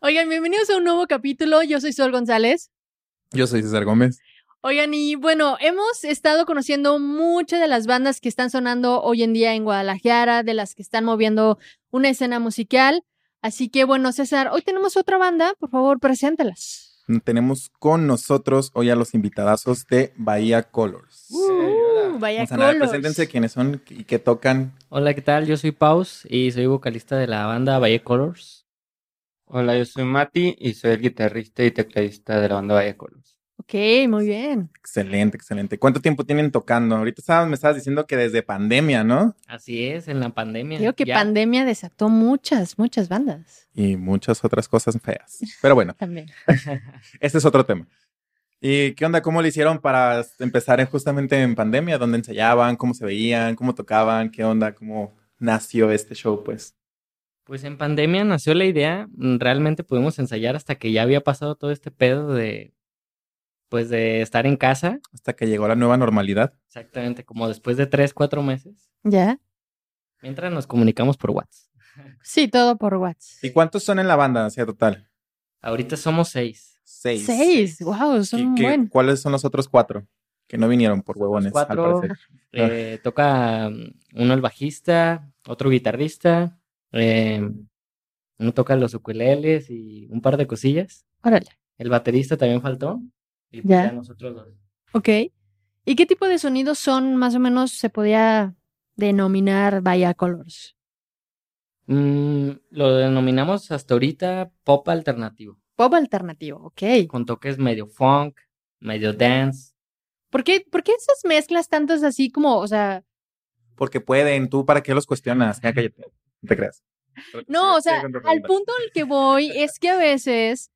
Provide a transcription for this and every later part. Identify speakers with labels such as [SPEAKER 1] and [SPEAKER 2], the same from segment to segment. [SPEAKER 1] Oigan, bienvenidos a un nuevo capítulo. Yo soy Sol González.
[SPEAKER 2] Yo soy César Gómez.
[SPEAKER 1] Oigan, y bueno, hemos estado conociendo muchas de las bandas que están sonando hoy en día en Guadalajara, de las que están moviendo una escena musical. Así que bueno, César, hoy tenemos otra banda, por favor, preséntalas.
[SPEAKER 2] Tenemos con nosotros hoy a los invitadazos de Bahía Colors.
[SPEAKER 1] Uh, vaya
[SPEAKER 2] Vamos a nada,
[SPEAKER 1] colors.
[SPEAKER 2] preséntense quiénes son y qué tocan.
[SPEAKER 3] Hola, ¿qué tal? Yo soy Paus y soy vocalista de la banda Valle Colors.
[SPEAKER 4] Hola, yo soy Mati y soy el guitarrista y tecladista de la banda Valle Colors.
[SPEAKER 1] Ok, muy bien.
[SPEAKER 2] Excelente, excelente. ¿Cuánto tiempo tienen tocando? Ahorita estabas- me estabas diciendo que desde pandemia, ¿no?
[SPEAKER 3] Así es, en la pandemia.
[SPEAKER 1] Creo que
[SPEAKER 3] ya.
[SPEAKER 1] pandemia desató muchas, muchas bandas
[SPEAKER 2] Y muchas otras cosas feas. Pero bueno,
[SPEAKER 1] también.
[SPEAKER 2] este es otro tema. ¿Y qué onda? ¿Cómo le hicieron para empezar en- justamente en pandemia? ¿Dónde ensayaban? ¿Cómo se veían? ¿Cómo tocaban? ¿Qué onda? ¿Cómo nació este show? Pues
[SPEAKER 3] Pues en pandemia nació la idea. mm, Realmente pudimos ensayar hasta que ya había pasado todo este pedo de, pues de estar en casa.
[SPEAKER 2] hasta que llegó la nueva normalidad.
[SPEAKER 3] Exactamente, como después de tres, cuatro meses.
[SPEAKER 1] ¿Ya?
[SPEAKER 3] Mientras nos comunicamos por WhatsApp.
[SPEAKER 1] Sí, todo por WhatsApp.
[SPEAKER 2] ¿Y cuántos son en la banda? O sea, total.
[SPEAKER 3] Ahorita somos seis.
[SPEAKER 2] Seis.
[SPEAKER 1] Seis, wow, son
[SPEAKER 2] ¿Qué-
[SPEAKER 1] un
[SPEAKER 2] qué-
[SPEAKER 1] buen.
[SPEAKER 2] ¿Cuáles son los otros cuatro? Que no vinieron por huevones, al
[SPEAKER 3] cuatro.
[SPEAKER 2] parecer.
[SPEAKER 3] Eh, toca mm, uno el bajista, otro guitarrista, eh, uno toca los ukuleles y un par de cosillas.
[SPEAKER 1] Órale.
[SPEAKER 3] El baterista también faltó. Y pues
[SPEAKER 1] Ya.
[SPEAKER 3] ya nosotros dos.
[SPEAKER 1] Ok. ¿Y qué tipo de sonidos son más o menos se podía denominar Vaya Colors?
[SPEAKER 3] Mm, lo denominamos hasta ahorita pop alternativo,
[SPEAKER 1] Pop alternativo, ok.
[SPEAKER 3] con toques medio funk, medio dance.
[SPEAKER 1] ¿Por qué, por qué esas mezclas tantas así como, o sea,
[SPEAKER 2] Porque pueden, tú para qué los cuestionas, ya cállate, no te creas.
[SPEAKER 1] no, o sea, al punto al que voy es que a veces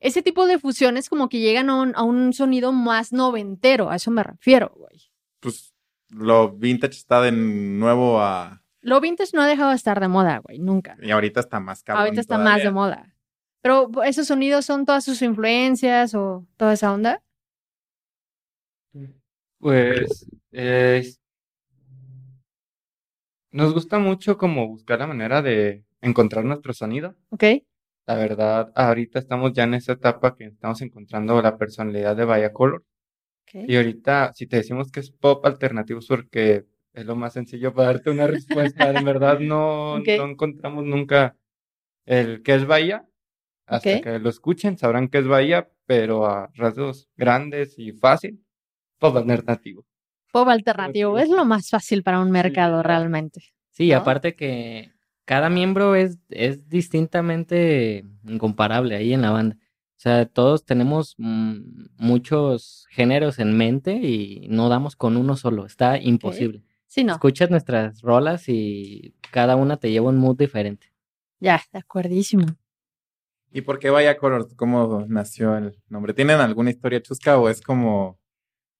[SPEAKER 1] ese tipo de fusiones como que llegan a un, a un sonido más noventero, a eso me refiero, güey.
[SPEAKER 2] Pues lo vintage está de nuevo a...
[SPEAKER 1] Lo vintage no ha dejado de estar de moda, güey, nunca.
[SPEAKER 2] Y ahorita está más cabrón.
[SPEAKER 1] Ahorita está
[SPEAKER 2] todavía.
[SPEAKER 1] más de moda. Pero esos sonidos son todas sus influencias o toda esa onda.
[SPEAKER 4] Pues eh, nos gusta mucho como buscar la manera de encontrar nuestro sonido.
[SPEAKER 1] ¿Ok?
[SPEAKER 4] La verdad, ahorita estamos ya en esa etapa que estamos encontrando la personalidad de Valle Colors.
[SPEAKER 1] Ok.
[SPEAKER 4] Y ahorita, si te decimos que es pop alternativo, es porque es lo más sencillo para darte una respuesta. En verdad, no,
[SPEAKER 1] Ok.
[SPEAKER 4] no encontramos nunca el que es Bahía. Hasta
[SPEAKER 1] Ok.
[SPEAKER 4] que lo escuchen, sabrán que es Bahía, pero a rasgos grandes y fácil, pop alternativo.
[SPEAKER 1] Pop alternativo es lo más fácil para un mercado
[SPEAKER 4] claro.
[SPEAKER 1] realmente.
[SPEAKER 3] Sí,
[SPEAKER 1] Ah.
[SPEAKER 3] aparte que cada miembro es, es distintamente incomparable ahí en la banda. O sea, todos tenemos mm, muchos géneros en mente y no damos con uno solo. Está imposible.
[SPEAKER 1] Sí, no,
[SPEAKER 3] Escuchas nuestras rolas y cada una te lleva un mood diferente.
[SPEAKER 1] ya, de acuerdísimo.
[SPEAKER 2] ¿Y por qué Vaya Color? ¿Cómo nació el nombre? ¿Tienen alguna historia chusca o es como,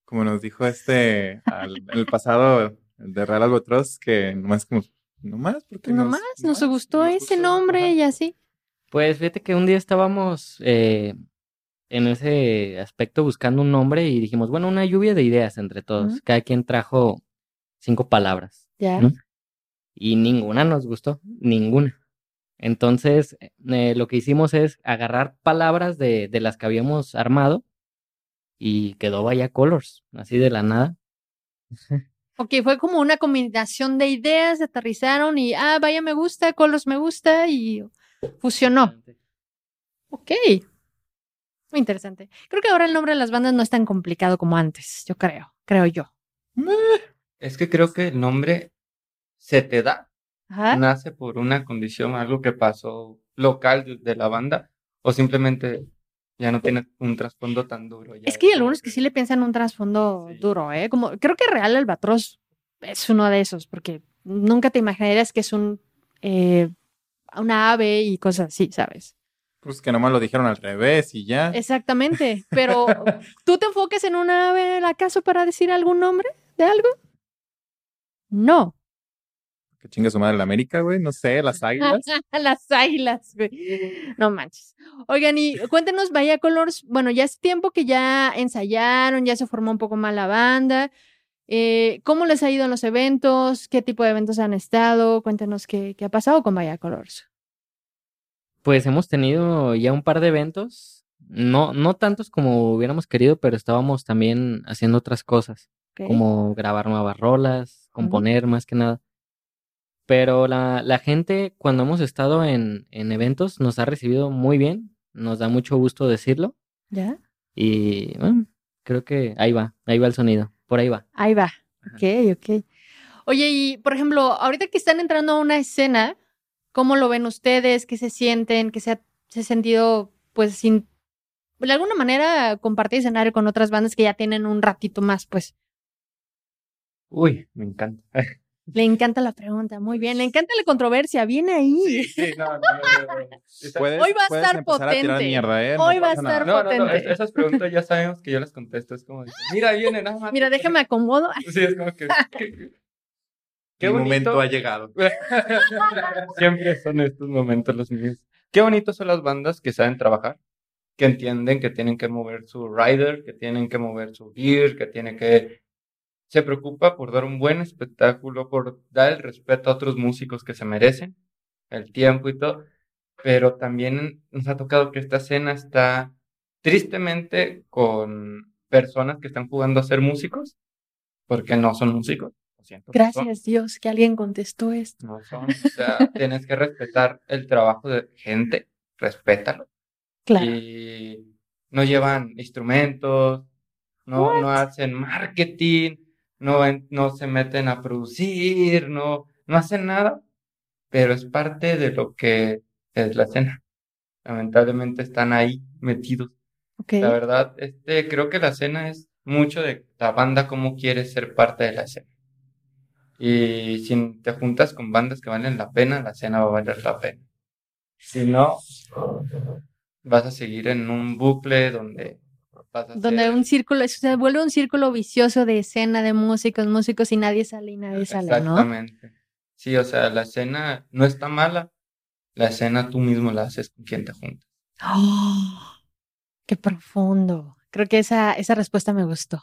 [SPEAKER 2] como nos dijo este al, en el pasado de Real Albatros que nomás como, nomás? porque
[SPEAKER 1] Nomás nos gustó
[SPEAKER 2] Pues nos
[SPEAKER 1] ese
[SPEAKER 2] gustó,
[SPEAKER 1] nombre
[SPEAKER 2] ajá.
[SPEAKER 1] y así.
[SPEAKER 3] Pues fíjate que un día estábamos eh, en ese aspecto buscando un nombre y dijimos, bueno, una lluvia de ideas entre todos.
[SPEAKER 1] Ujú.
[SPEAKER 3] Cada quien trajo cinco palabras
[SPEAKER 1] Ya.
[SPEAKER 3] ¿No? y ninguna nos gustó, ninguna. Entonces, eh, lo que hicimos es agarrar palabras de, de las que habíamos armado y quedó Vaya Colors, así de la nada.
[SPEAKER 1] Ok, fue como una combinación de ideas, se aterrizaron y, ah, vaya, me gusta, Colos me gusta y fusionó. Ok. Muy interesante. Creo que ahora el nombre de las bandas no es tan complicado como antes, yo creo, creo yo.
[SPEAKER 4] Es que creo que el nombre se te da.
[SPEAKER 1] Ajá.
[SPEAKER 4] nace por una condición, algo que pasó local de, de la banda, o simplemente ya no tiene un trasfondo tan duro. ya
[SPEAKER 1] Es que hay
[SPEAKER 4] como
[SPEAKER 1] algunos que sí le piensan un trasfondo
[SPEAKER 4] Sí.
[SPEAKER 1] duro, ¿eh? Como, creo que Real Albatros es uno de esos, porque nunca te imaginarías que es un eh, una ave y cosas así, ¿sabes?
[SPEAKER 2] Pues que nomás lo dijeron al revés y
[SPEAKER 4] Ah.
[SPEAKER 2] ya.
[SPEAKER 1] Exactamente, pero ¿tú te enfocas en una ave acaso para decir algún nombre de algo? No.
[SPEAKER 2] Que chingue su madre la América, güey. No sé, las águilas.
[SPEAKER 1] Las águilas, güey. No manches. Oigan, y cuéntenos, Bahía Colors, bueno, ya es tiempo que ya ensayaron, ya se formó un poco más la banda. Eh, ¿Cómo les ha ido en los eventos? ¿Qué tipo de eventos han estado? Cuéntenos qué, qué ha pasado con Bahía Colors.
[SPEAKER 3] pues hemos tenido ya un par de eventos, no, no tantos como hubiéramos querido, pero estábamos también haciendo otras cosas,
[SPEAKER 1] Ok.
[SPEAKER 3] como grabar nuevas rolas, componer más que nada. Pero la, la gente, cuando hemos estado en, en eventos, nos ha recibido muy bien, nos da mucho gusto decirlo.
[SPEAKER 1] ¿Ya?
[SPEAKER 3] Y bueno, creo que ahí va, ahí va el sonido, por ahí va.
[SPEAKER 1] Ahí va. Ok, ok. Oye, y por ejemplo, ahorita que están entrando a una escena, ¿cómo lo ven ustedes? ¿Qué se sienten? ¿Qué se ha, se ha sentido, pues, sin... De alguna manera, compartir escenario con otras bandas que ya tienen un ratito más, pues.
[SPEAKER 4] Uy, me encanta.
[SPEAKER 1] Le encanta la pregunta, muy bien. Le encanta la controversia, viene ahí.
[SPEAKER 4] Sí, no, no, no, no, no. Está-
[SPEAKER 2] Puedes-
[SPEAKER 1] Hoy va a
[SPEAKER 2] puedes
[SPEAKER 1] estar
[SPEAKER 2] empezar a tirar
[SPEAKER 1] potente.
[SPEAKER 2] mierda, ¿eh?
[SPEAKER 1] Hoy va a
[SPEAKER 2] pasa nada.
[SPEAKER 1] estar
[SPEAKER 4] No, no, no,
[SPEAKER 1] potente.
[SPEAKER 4] es- esas preguntas ya sabemos que yo las contesto. Es como, de, mira, viene, nada más.
[SPEAKER 1] Mira, déjame acomodo.
[SPEAKER 4] Sí, es como que. que- Qué
[SPEAKER 2] Mi
[SPEAKER 4] bonito.
[SPEAKER 2] momento ha llegado.
[SPEAKER 4] Siempre son estos momentos los míos. Qué bonitos son las bandas que saben trabajar, que entienden que tienen que mover su rider, que tienen que mover su gear, que tienen que... Se preocupa por dar un buen espectáculo, por dar el respeto a otros músicos que se merecen, el tiempo y todo. Pero también nos ha tocado que esta escena está tristemente con personas que están jugando a ser músicos, porque no son músicos. lo siento, no son.
[SPEAKER 1] Gracias Dios que alguien contestó esto.
[SPEAKER 4] No son, o sea, tienes que respetar el trabajo de gente, respétalo.
[SPEAKER 1] Claro.
[SPEAKER 4] Y no llevan instrumentos, no, no hacen marketing, no, en- no se meten a producir, no, no hacen nada, pero es parte de lo que es la escena. Lamentablemente están ahí metidos.
[SPEAKER 1] Ok.
[SPEAKER 4] La verdad, este, creo que la escena es mucho de la banda cómo quiere ser parte de la escena. Y si te juntas con bandas que valen la pena, la escena va a valer la pena. Si no, vas a seguir en un bucle donde vas a
[SPEAKER 1] Donde
[SPEAKER 4] ser-
[SPEAKER 1] un círculo, se vuelve un círculo vicioso de escena, de músicos, músicos y nadie sale y nadie sale, ¿no?
[SPEAKER 4] Exactamente. Sí, o sea, la escena no está mala. La escena tú mismo la haces con quien te juntas.
[SPEAKER 1] ¡Oh! ¡Qué profundo! Creo que esa, esa respuesta me gustó.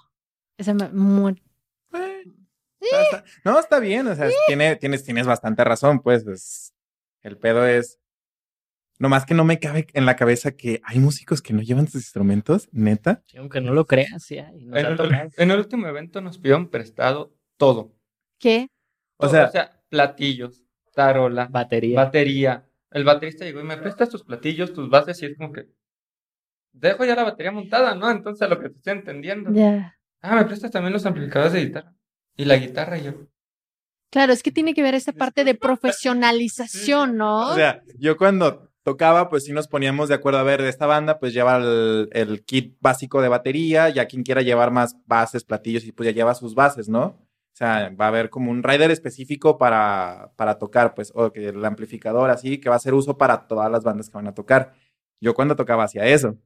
[SPEAKER 1] Esa me- mu-
[SPEAKER 2] Eh, está- está- no, está bien, o sea, tiene, tienes, tienes bastante razón, pues, es- el pedo es... Nomás que no me cabe en la cabeza que hay músicos que no llevan sus instrumentos, neta.
[SPEAKER 3] Sí, Aunque no lo creas, sí, hay, nos
[SPEAKER 4] En
[SPEAKER 3] ha
[SPEAKER 4] el-
[SPEAKER 3] tocado.
[SPEAKER 4] en el último evento nos pidieron prestado todo.
[SPEAKER 1] ¿Qué?
[SPEAKER 2] O
[SPEAKER 4] O
[SPEAKER 2] sea-
[SPEAKER 4] sea, platillos, tarola,
[SPEAKER 3] Batería.
[SPEAKER 4] batería. El baterista llegó y me prestas tus platillos, tus bases, y es como que. Dejo ya la batería montada, ¿no? Entonces, a lo que te estoy entendiendo.
[SPEAKER 1] Ya.
[SPEAKER 4] Ah, me prestas también los amplificadores de guitarra. Y la guitarra, y yo.
[SPEAKER 1] Claro, es que tiene que ver esta parte de profesionalización, ¿no?
[SPEAKER 2] O sea, yo cuando tocaba, pues sí nos poníamos de acuerdo, a ver, de esta banda, pues lleva el, el kit básico de batería, ya quien quiera llevar más bases, platillos, y pues ya lleva sus bases, ¿no? O sea, va a haber como un rider específico para, para tocar, pues, o que el amplificador así, que va a ser uso para todas las bandas que van a tocar. Yo cuando tocaba hacía eso.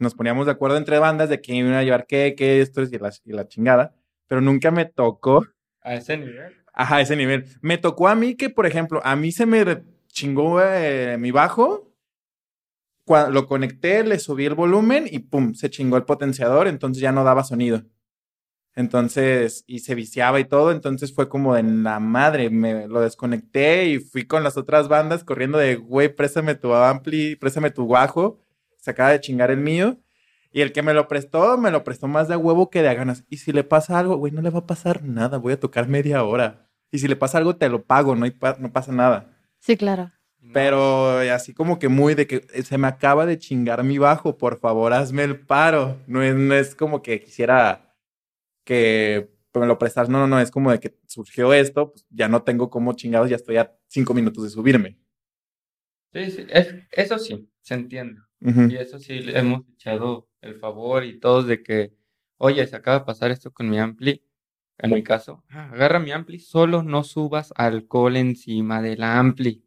[SPEAKER 2] Nos poníamos de acuerdo entre bandas de quién iba a llevar qué, qué, esto y la, y la chingada. Pero nunca me tocó
[SPEAKER 4] A ese nivel.
[SPEAKER 2] Ajá, ese nivel. Me tocó a mí que, por ejemplo, a mí se me re- chingó eh, mi bajo. Cua- lo conecté, le subí el volumen y pum, se chingó el potenciador, entonces ya no daba sonido. Entonces, y se viciaba y todo, entonces fue como de la madre, me lo desconecté y fui con las otras bandas corriendo de, güey, préstame tu ampli, préstame tu guajo, se acaba de chingar el mío. Y el que me lo prestó, me lo prestó más de huevo que de ganas. Y si le pasa algo, güey, no le va a pasar nada, voy a tocar media hora. Y si le pasa algo, te lo pago, no, hay pa- no pasa nada.
[SPEAKER 1] Sí, claro.
[SPEAKER 4] No,
[SPEAKER 2] Pero eh, así como que muy de que eh, se me acaba de chingar mi bajo, por favor, hazme el paro. No es, no es como que quisiera que me lo prestas. No, no, no, es como de que surgió esto, pues ya no tengo como chingados, ya estoy a cinco minutos de subirme.
[SPEAKER 4] Sí, sí, es- eso sí, se entiende.
[SPEAKER 2] Ujú.
[SPEAKER 4] Y eso sí, le hemos echado el favor y todos de que, oye, se acaba de pasar esto con mi ampli. En mi caso, "Ah, agarra mi ampli, solo no subas alcohol encima del ampli.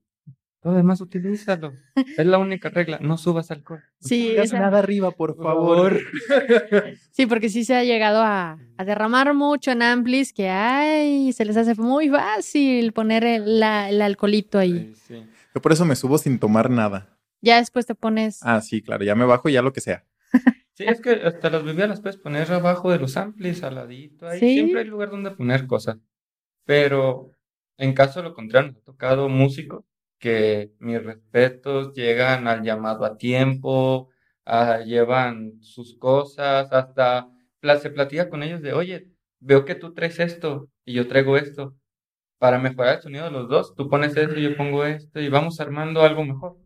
[SPEAKER 4] Todo lo demás, utilízalo. Es la única regla, no subas alcohol.
[SPEAKER 1] Sí,
[SPEAKER 2] No hagas
[SPEAKER 1] esa-
[SPEAKER 2] nada arriba, por favor.
[SPEAKER 1] sí, porque sí se ha llegado a, a derramar mucho en amplis que, ay, se les hace muy fácil poner el, la- el alcoholito ahí.
[SPEAKER 4] Sí, sí.
[SPEAKER 2] Yo por eso me subo sin tomar nada.
[SPEAKER 1] Ya después te pones...
[SPEAKER 2] Ah, sí, claro, ya me bajo, ya lo que sea.
[SPEAKER 4] Sí, es que hasta las bebidas las puedes poner abajo de los amplis, al ladito, ahí
[SPEAKER 1] Sí.
[SPEAKER 4] siempre hay lugar donde poner cosas. Pero en caso de lo contrario, nos ha tocado músicos que mis respetos llegan al llamado a tiempo, ah, llevan sus cosas, hasta pla- se platica con ellos de, oye, veo que tú traes esto y yo traigo esto. Para mejorar el sonido de los dos, tú pones esto y yo pongo esto y vamos armando algo mejor.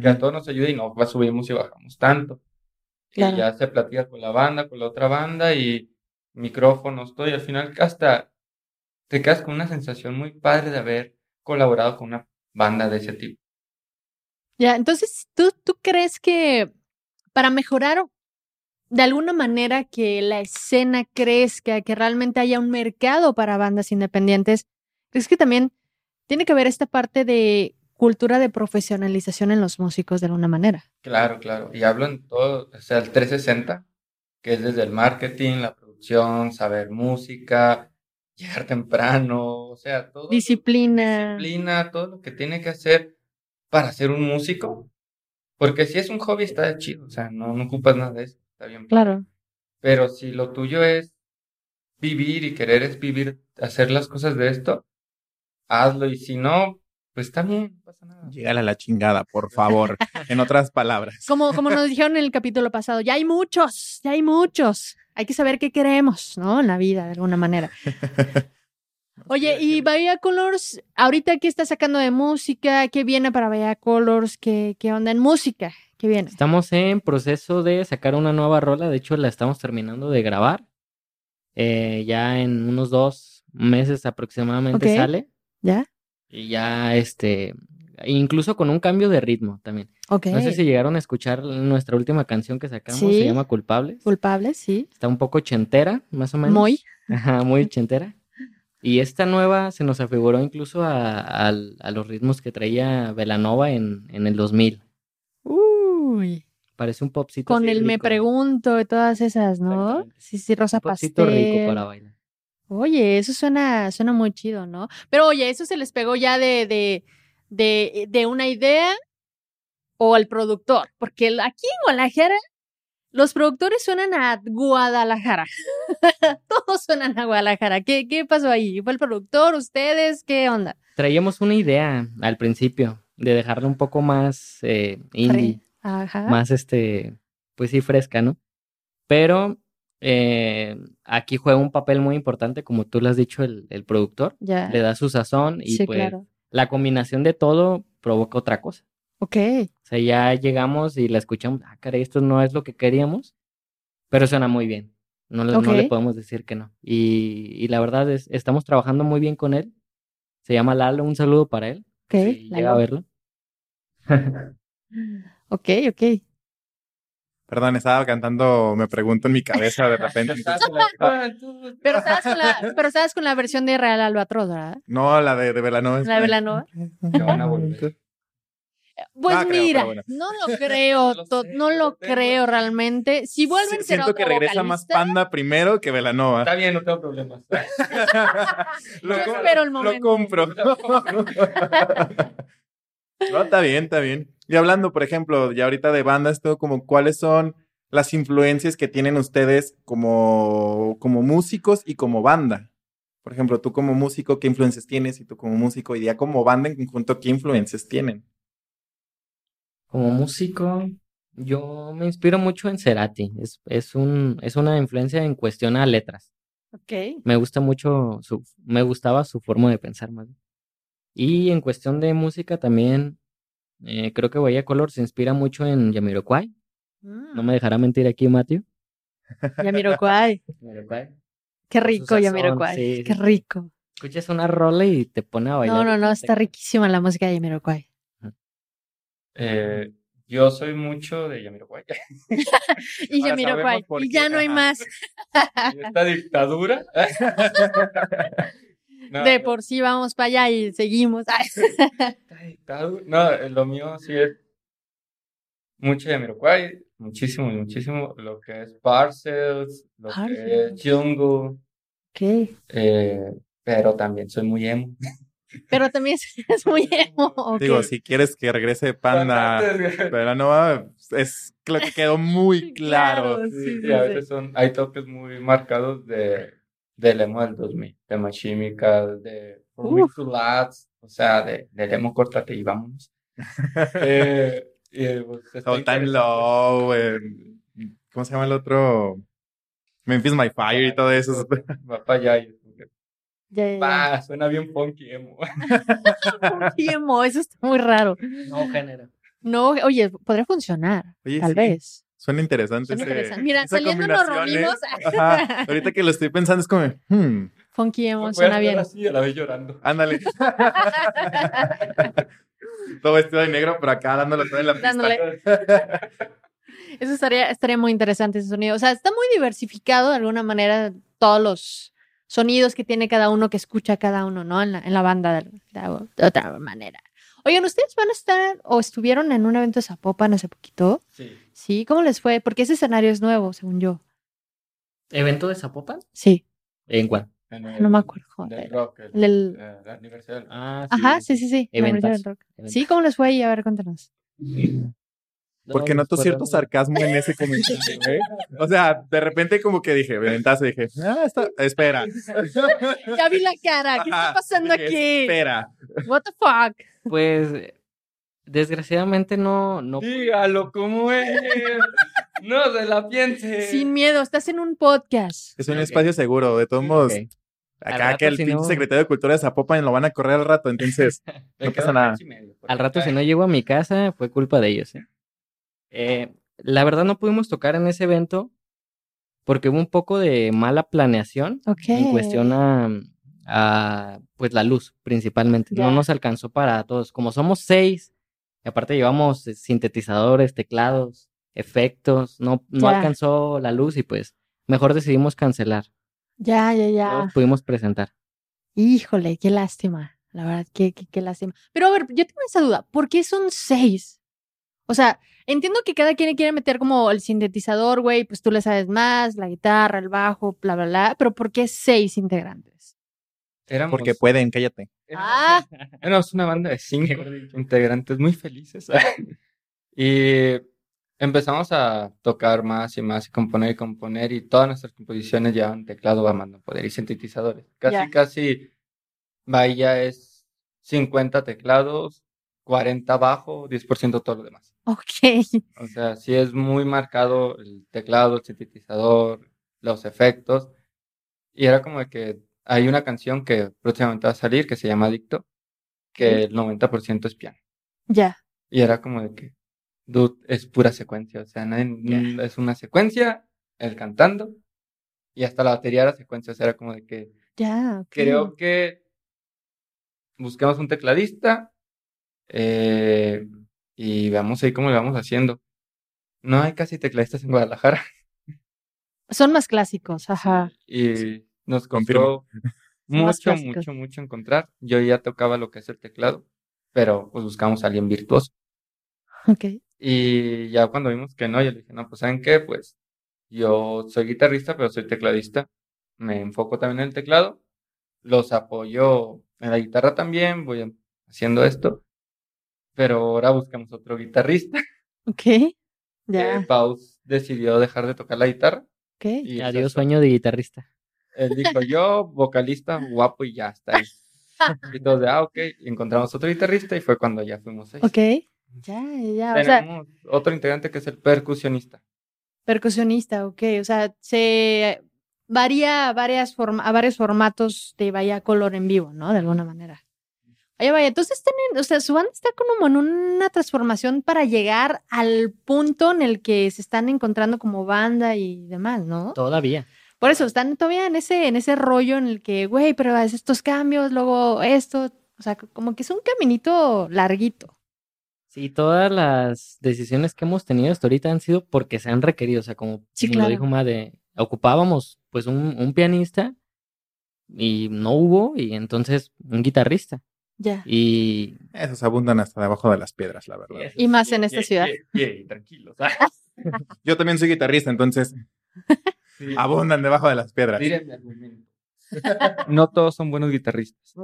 [SPEAKER 4] Que a todos nos ayude y no va- subimos y bajamos tanto.
[SPEAKER 1] Claro.
[SPEAKER 4] Y ya se platica con la banda, con la otra banda y micrófonos, todo. Y al final hasta te quedas con una sensación muy padre de haber colaborado con una banda de ese tipo.
[SPEAKER 1] Ya, entonces, ¿tú, ¿tú crees que para mejorar de alguna manera que la escena crezca, que realmente haya un mercado para bandas independientes, crees que también tiene que ver esta parte de cultura de profesionalización en los músicos de alguna manera?
[SPEAKER 4] Claro, claro. Y hablo en todo, o sea, el 360, que es desde el marketing, la producción, saber música, llegar temprano, o sea, todo,
[SPEAKER 1] Disciplina.
[SPEAKER 4] disciplina, todo lo que tiene que hacer para ser un músico. Porque si es un hobby está chido, o sea, no, no ocupas nada de eso, está bien.
[SPEAKER 1] Claro.
[SPEAKER 4] Pero si lo tuyo es vivir y querer es vivir, hacer las cosas de esto, hazlo. Y si no, pues también, no pasa nada.
[SPEAKER 2] Llegale a la chingada, por favor. en otras palabras.
[SPEAKER 1] Como, como nos dijeron en el capítulo pasado, ya hay muchos, ya hay muchos. Hay que saber qué queremos, ¿no? En la vida, de alguna manera. Oye, y Bahía Colors, ahorita qué está sacando de música, qué viene para Bahía Colors, qué, qué onda en música, qué viene.
[SPEAKER 3] Estamos en proceso de sacar una nueva rola, de hecho la estamos terminando de grabar. Eh, ya en unos dos meses aproximadamente
[SPEAKER 1] Ok.
[SPEAKER 3] sale.
[SPEAKER 1] ¿Ya?
[SPEAKER 3] Y ya este, incluso con un cambio de ritmo también.
[SPEAKER 1] Ok.
[SPEAKER 3] No sé si llegaron a escuchar nuestra última canción que sacamos,
[SPEAKER 1] Sí.
[SPEAKER 3] se llama Culpables.
[SPEAKER 1] Culpable, sí.
[SPEAKER 3] Está un poco chentera, más o menos.
[SPEAKER 1] Muy.
[SPEAKER 3] Ajá, muy chentera. Y esta nueva se nos afiguró incluso a, al- a los ritmos que traía Velanova en, en el 2000.
[SPEAKER 1] Uy.
[SPEAKER 3] Parece un popcito.
[SPEAKER 1] Con
[SPEAKER 3] así
[SPEAKER 1] el me
[SPEAKER 3] rico,
[SPEAKER 1] pregunto y todas esas, ¿no?
[SPEAKER 3] Exactamente.
[SPEAKER 1] Sí, sí, Rosa
[SPEAKER 3] Un popcito rico
[SPEAKER 1] Pastel.
[SPEAKER 3] para bailar.
[SPEAKER 1] Oye, eso suena, suena muy chido, ¿no? Pero oye, ¿eso se les pegó ya de, de, de, eh, de una idea o al productor? Porque el- aquí en Guadalajara, los productores suenan a Guadalajara. Todos suenan a Guadalajara. ¿Qué, ¿Qué pasó ahí? ¿Fue el productor? ¿Ustedes? ¿Qué onda?
[SPEAKER 3] Traíamos una idea al principio de dejarlo un poco más eh, indie,
[SPEAKER 1] Ajá.
[SPEAKER 3] más este, pues sí, fresca, ¿no? Pero eh, aquí juega un papel muy importante, como tú lo has dicho, el, el productor.
[SPEAKER 1] ya.
[SPEAKER 3] Le da su sazón y
[SPEAKER 1] sí,
[SPEAKER 3] pues
[SPEAKER 1] claro.
[SPEAKER 3] la combinación de todo provoca otra cosa.
[SPEAKER 1] Ok.
[SPEAKER 3] O sea, ya llegamos y la escuchamos, ah, caray, esto no es lo que queríamos, pero suena muy bien. No, le- no le
[SPEAKER 1] Ok.
[SPEAKER 3] podemos decir que no. Y, y la verdad es, estamos trabajando muy bien con él. Se llama Lalo, un saludo para él.
[SPEAKER 1] Ok.
[SPEAKER 3] si llega a
[SPEAKER 1] Lalo.
[SPEAKER 3] verlo.
[SPEAKER 1] Ok, ok.
[SPEAKER 2] Perdón, estaba cantando, me pregunto en mi cabeza de repente. entonces-
[SPEAKER 4] ah,
[SPEAKER 1] Pero estabas con la, pero estabas con la versión de Real Albatros, ¿verdad?
[SPEAKER 2] no, la de, de Velanova.
[SPEAKER 1] La de Velanova.
[SPEAKER 4] Ya van a volver.
[SPEAKER 1] Pues
[SPEAKER 2] Ah, creo, pero
[SPEAKER 1] mira,
[SPEAKER 2] bueno.
[SPEAKER 1] no lo creo,
[SPEAKER 4] No lo
[SPEAKER 1] to-
[SPEAKER 4] sé,
[SPEAKER 1] no
[SPEAKER 4] no
[SPEAKER 1] lo
[SPEAKER 4] tengo.
[SPEAKER 1] creo realmente. Si vuelven
[SPEAKER 2] Sí,
[SPEAKER 1] será
[SPEAKER 2] Siento
[SPEAKER 1] otro
[SPEAKER 2] que regresa más
[SPEAKER 1] vocalista.
[SPEAKER 2] Panda primero que Velanova.
[SPEAKER 4] Está bien, no tengo problemas.
[SPEAKER 2] Lo,
[SPEAKER 1] Yo
[SPEAKER 2] com-
[SPEAKER 1] espero el
[SPEAKER 2] lo
[SPEAKER 1] momento.
[SPEAKER 2] compro. No, está bien, está bien. Y hablando, por ejemplo, ya ahorita de bandas, todo como cuáles son las influencias que tienen ustedes como, como músicos y como banda. Por ejemplo, tú como músico, ¿qué influencias tienes? Y tú como músico, y ya como banda en conjunto, ¿qué influencias tienen?
[SPEAKER 3] Como músico, yo me inspiro mucho en Cerati. Es, es, un, es una influencia en cuestión a letras.
[SPEAKER 1] Ok.
[SPEAKER 3] Me gusta mucho, su, me gustaba su forma de pensar más. bien. Y en cuestión de música también, eh, creo que Bahía Color se inspira mucho en Yamiroquai. No me dejará mentir aquí, Matthew.
[SPEAKER 1] Yamiroquai. Qué
[SPEAKER 3] Con su
[SPEAKER 1] rico,
[SPEAKER 3] sazón,
[SPEAKER 1] Yamiroquai.
[SPEAKER 3] sí,
[SPEAKER 1] Qué
[SPEAKER 3] sí.
[SPEAKER 1] rico.
[SPEAKER 3] Escuchas una rola y te pone a bailar. este
[SPEAKER 1] No, no, no, está
[SPEAKER 3] rico.
[SPEAKER 1] riquísima la música de Yamiroquai.
[SPEAKER 4] Eh, yo soy mucho de Yamiroquai.
[SPEAKER 1] Y
[SPEAKER 2] Ahora
[SPEAKER 1] Yamiroquai.
[SPEAKER 2] sabemos por
[SPEAKER 1] Y
[SPEAKER 2] qué,
[SPEAKER 1] ya no hay
[SPEAKER 2] ajá.
[SPEAKER 1] más.
[SPEAKER 4] Y Esta dictadura. No,
[SPEAKER 1] De por sí vamos para allá y seguimos. Ay,
[SPEAKER 4] esta dictadura. No, eh, lo mío sí es mucho Yamiroquai, muchísimo, muchísimo. Lo que es Parcels, lo que
[SPEAKER 1] Parcels.
[SPEAKER 4] es Jungle,
[SPEAKER 1] Ok.
[SPEAKER 4] eh, pero también soy muy emo.
[SPEAKER 1] Pero también es, es muy emo. ok.
[SPEAKER 2] Digo, si quieres que regrese Panda Velanova, es lo que quedó muy claro.
[SPEAKER 1] Claro, sí,
[SPEAKER 4] Sí,
[SPEAKER 1] sí,
[SPEAKER 4] y a
[SPEAKER 1] sí.
[SPEAKER 4] veces son, hay toques muy marcados de, del emo del 2000, de Machimica, de For
[SPEAKER 1] Uf.
[SPEAKER 4] Week to Lads, O sea, de, de Lemo, córtate y vámonos. eh, eh, pues, está
[SPEAKER 2] O Time
[SPEAKER 4] interesante.
[SPEAKER 2] Low, en- ¿cómo se llama el otro? Memphis My Fire y todo eso.
[SPEAKER 4] Va para allá. y es como que,
[SPEAKER 1] Ya, ya, ya.
[SPEAKER 4] "Bah, suena bien funky, emo.
[SPEAKER 1] Sí, emo, eso está muy raro.
[SPEAKER 3] No género.
[SPEAKER 1] No, oye, podría funcionar,
[SPEAKER 2] Oye,
[SPEAKER 1] tal
[SPEAKER 2] sí,
[SPEAKER 1] vez.
[SPEAKER 2] Suena interesante.
[SPEAKER 1] Suena
[SPEAKER 2] ese-
[SPEAKER 1] interesante. Mira,
[SPEAKER 2] esa
[SPEAKER 1] saliendo nos
[SPEAKER 2] combinación, ¿eh?
[SPEAKER 1] reunimos.
[SPEAKER 2] Ajá. Ahorita que lo estoy pensando es como, hmm,
[SPEAKER 1] Funky emo,
[SPEAKER 4] Voy a
[SPEAKER 1] suena
[SPEAKER 4] estar
[SPEAKER 1] bien.
[SPEAKER 4] así a la vez llorando.
[SPEAKER 2] ándale. todo vestido de negro, pero acá dándole todo en la pista.
[SPEAKER 1] Dándole. Eso estaría, estaría muy interesante ese sonido. O sea, está muy diversificado de alguna manera todos los sonidos que tiene cada uno, que escucha cada uno, ¿no? En la, en la banda de, de- de otra manera. Oigan, ¿ustedes van a estar o estuvieron en un evento de Zapopan hace poquito?
[SPEAKER 4] Sí.
[SPEAKER 1] Sí, ¿cómo les fue? Porque ese escenario es nuevo, según yo.
[SPEAKER 3] ¿Evento de Zapopan?
[SPEAKER 1] Sí,
[SPEAKER 3] ¿En cuál?
[SPEAKER 4] en
[SPEAKER 1] no
[SPEAKER 4] el-
[SPEAKER 1] me acuerdo.
[SPEAKER 4] Del
[SPEAKER 1] joder.
[SPEAKER 4] rock, el,
[SPEAKER 1] Del-
[SPEAKER 4] eh, el aniversario del-
[SPEAKER 3] Ah,
[SPEAKER 1] Ajá, sí, sí, sí. la
[SPEAKER 3] Eventas.
[SPEAKER 1] Universidad del Rock. Sí, ¿cómo les fue ahí? A ver, cuéntanos.
[SPEAKER 2] Porque noto cierto sarcasmo en ese comentario, ¿eh? O sea, de repente como que dije, ventazo, dije, ah, está, espera.
[SPEAKER 1] Ya vi la cara. ¿Qué está
[SPEAKER 2] Ajá,
[SPEAKER 1] pasando
[SPEAKER 2] dije,
[SPEAKER 1] aquí?
[SPEAKER 2] Espera.
[SPEAKER 1] What the fuck?
[SPEAKER 3] Pues, eh, desgraciadamente no, no
[SPEAKER 4] Dígalo como es. no se la piense.
[SPEAKER 1] Sin miedo, estás en un podcast.
[SPEAKER 2] Es un
[SPEAKER 3] Ok.
[SPEAKER 2] espacio seguro. De todos modos,
[SPEAKER 3] Ok. Al
[SPEAKER 2] acá
[SPEAKER 3] rato,
[SPEAKER 2] que el
[SPEAKER 3] si
[SPEAKER 2] pinche
[SPEAKER 3] no-
[SPEAKER 2] secretario de Cultura de Zapopan lo van a correr al rato, entonces
[SPEAKER 4] Me
[SPEAKER 2] no
[SPEAKER 4] quedo
[SPEAKER 2] pasa nada.
[SPEAKER 4] mes y medio, porque
[SPEAKER 3] Al rato,
[SPEAKER 4] está
[SPEAKER 3] si no llego a mi casa, fue culpa de ellos. ¿eh? Eh, la verdad, no pudimos tocar en ese evento porque hubo un poco de mala planeación
[SPEAKER 1] Ok.
[SPEAKER 3] en cuestión a, mm, a, pues, la luz, principalmente.
[SPEAKER 1] Ya.
[SPEAKER 3] No nos alcanzó para todos. Como somos seis, y aparte llevamos eh, sintetizadores, teclados, efectos, no, no
[SPEAKER 1] Ya.
[SPEAKER 3] alcanzó la luz y pues mejor decidimos cancelar.
[SPEAKER 1] Ya, ya, ya.
[SPEAKER 3] Todos pudimos presentar.
[SPEAKER 1] Híjole, qué lástima. La verdad, qué, qué, qué lástima. Pero a ver, yo tengo esa duda. ¿Por qué son seis? O sea, entiendo que cada quien quiere meter como el sintetizador, güey, pues tú le sabes más, la guitarra, el bajo, bla, bla, bla. Pero ¿por qué seis integrantes?
[SPEAKER 4] Éramos,
[SPEAKER 2] porque pueden, cállate.
[SPEAKER 4] éramos-
[SPEAKER 1] Ah,
[SPEAKER 4] éramos una banda de cinco integrantes muy felices. y empezamos a tocar más y más, y componer y componer, y todas nuestras composiciones llevan teclado a mano poder y sintetizadores. Casi,
[SPEAKER 1] Ya.
[SPEAKER 4] casi, Bahía es 50 teclados, 40 bajo, 10% todo lo demás.
[SPEAKER 1] ok.
[SPEAKER 4] O sea, sí es muy marcado el teclado, el sintetizador, los efectos. Y era como de que hay una canción que próximamente va a salir que se llama Adicto, que el 90% es piano.
[SPEAKER 1] Ya.
[SPEAKER 4] Y era como de que, dude, es pura secuencia. O sea, nadie-
[SPEAKER 3] Ya.
[SPEAKER 4] es una secuencia, el cantando, y hasta la batería era secuencia. O sea, era como de que,
[SPEAKER 1] Ya, ok.
[SPEAKER 4] creo que busquemos un tecladista eh, y veamos ahí cómo le vamos haciendo. No hay casi tecladistas en Guadalajara
[SPEAKER 1] Son más clásicos, ajá.
[SPEAKER 4] y nos
[SPEAKER 2] Confirmo.
[SPEAKER 4] costó
[SPEAKER 1] Más
[SPEAKER 4] mucho,
[SPEAKER 1] clásicos.
[SPEAKER 4] mucho, mucho encontrar. Yo ya tocaba lo que es el teclado, pero pues buscamos a alguien virtuoso.
[SPEAKER 1] Ok.
[SPEAKER 4] Y ya cuando vimos que no, yo le dije, no, pues ¿saben qué? Pues yo soy guitarrista, pero soy tecladista. Me enfoco también en el teclado. Los apoyo en la guitarra también, voy haciendo esto. Pero ahora buscamos otro guitarrista.
[SPEAKER 1] Ok.
[SPEAKER 4] Eh,
[SPEAKER 1] Ya,
[SPEAKER 4] Paus decidió dejar de tocar la guitarra.
[SPEAKER 1] ok.
[SPEAKER 4] Y
[SPEAKER 3] Adiós,
[SPEAKER 4] se-
[SPEAKER 3] sueño de guitarrista.
[SPEAKER 4] Él dijo, yo, vocalista, guapo y ya está. ahí". Y todos de, ah, ok, y encontramos otro guitarrista y fue cuando ya fuimos seis.
[SPEAKER 1] Ok. Ya, ya, ya. O sea,
[SPEAKER 4] Tenemos otro integrante que es el percusionista.
[SPEAKER 1] Percusionista, ok. O sea, se varía a, varias forma- a varios formatos de Bahía Color en vivo, ¿no? De alguna manera. Oye, vaya, entonces tienen, o sea, su banda está como en una transformación para llegar al punto en el que se están encontrando como banda y demás, ¿no?
[SPEAKER 3] Todavía.
[SPEAKER 1] Por eso, están todavía en ese, en ese rollo en el que, güey, pero haz estos cambios, luego esto. O sea, como que es un caminito larguito.
[SPEAKER 3] Sí, todas las decisiones que hemos tenido hasta ahorita han sido porque se han requerido, o sea, como,
[SPEAKER 1] Sí,
[SPEAKER 3] como lo
[SPEAKER 1] claro.
[SPEAKER 3] dijo Made, ocupábamos pues un, un pianista y no hubo, y entonces un guitarrista.
[SPEAKER 1] Ya.
[SPEAKER 3] Y
[SPEAKER 2] Esos abundan hasta debajo de las piedras, la verdad.
[SPEAKER 1] Y más en esta ciudad.
[SPEAKER 4] tranquilos.
[SPEAKER 2] Yo también soy guitarrista, entonces abundan debajo de las piedras.
[SPEAKER 4] Miren mi argumento. No todos son buenos guitarristas.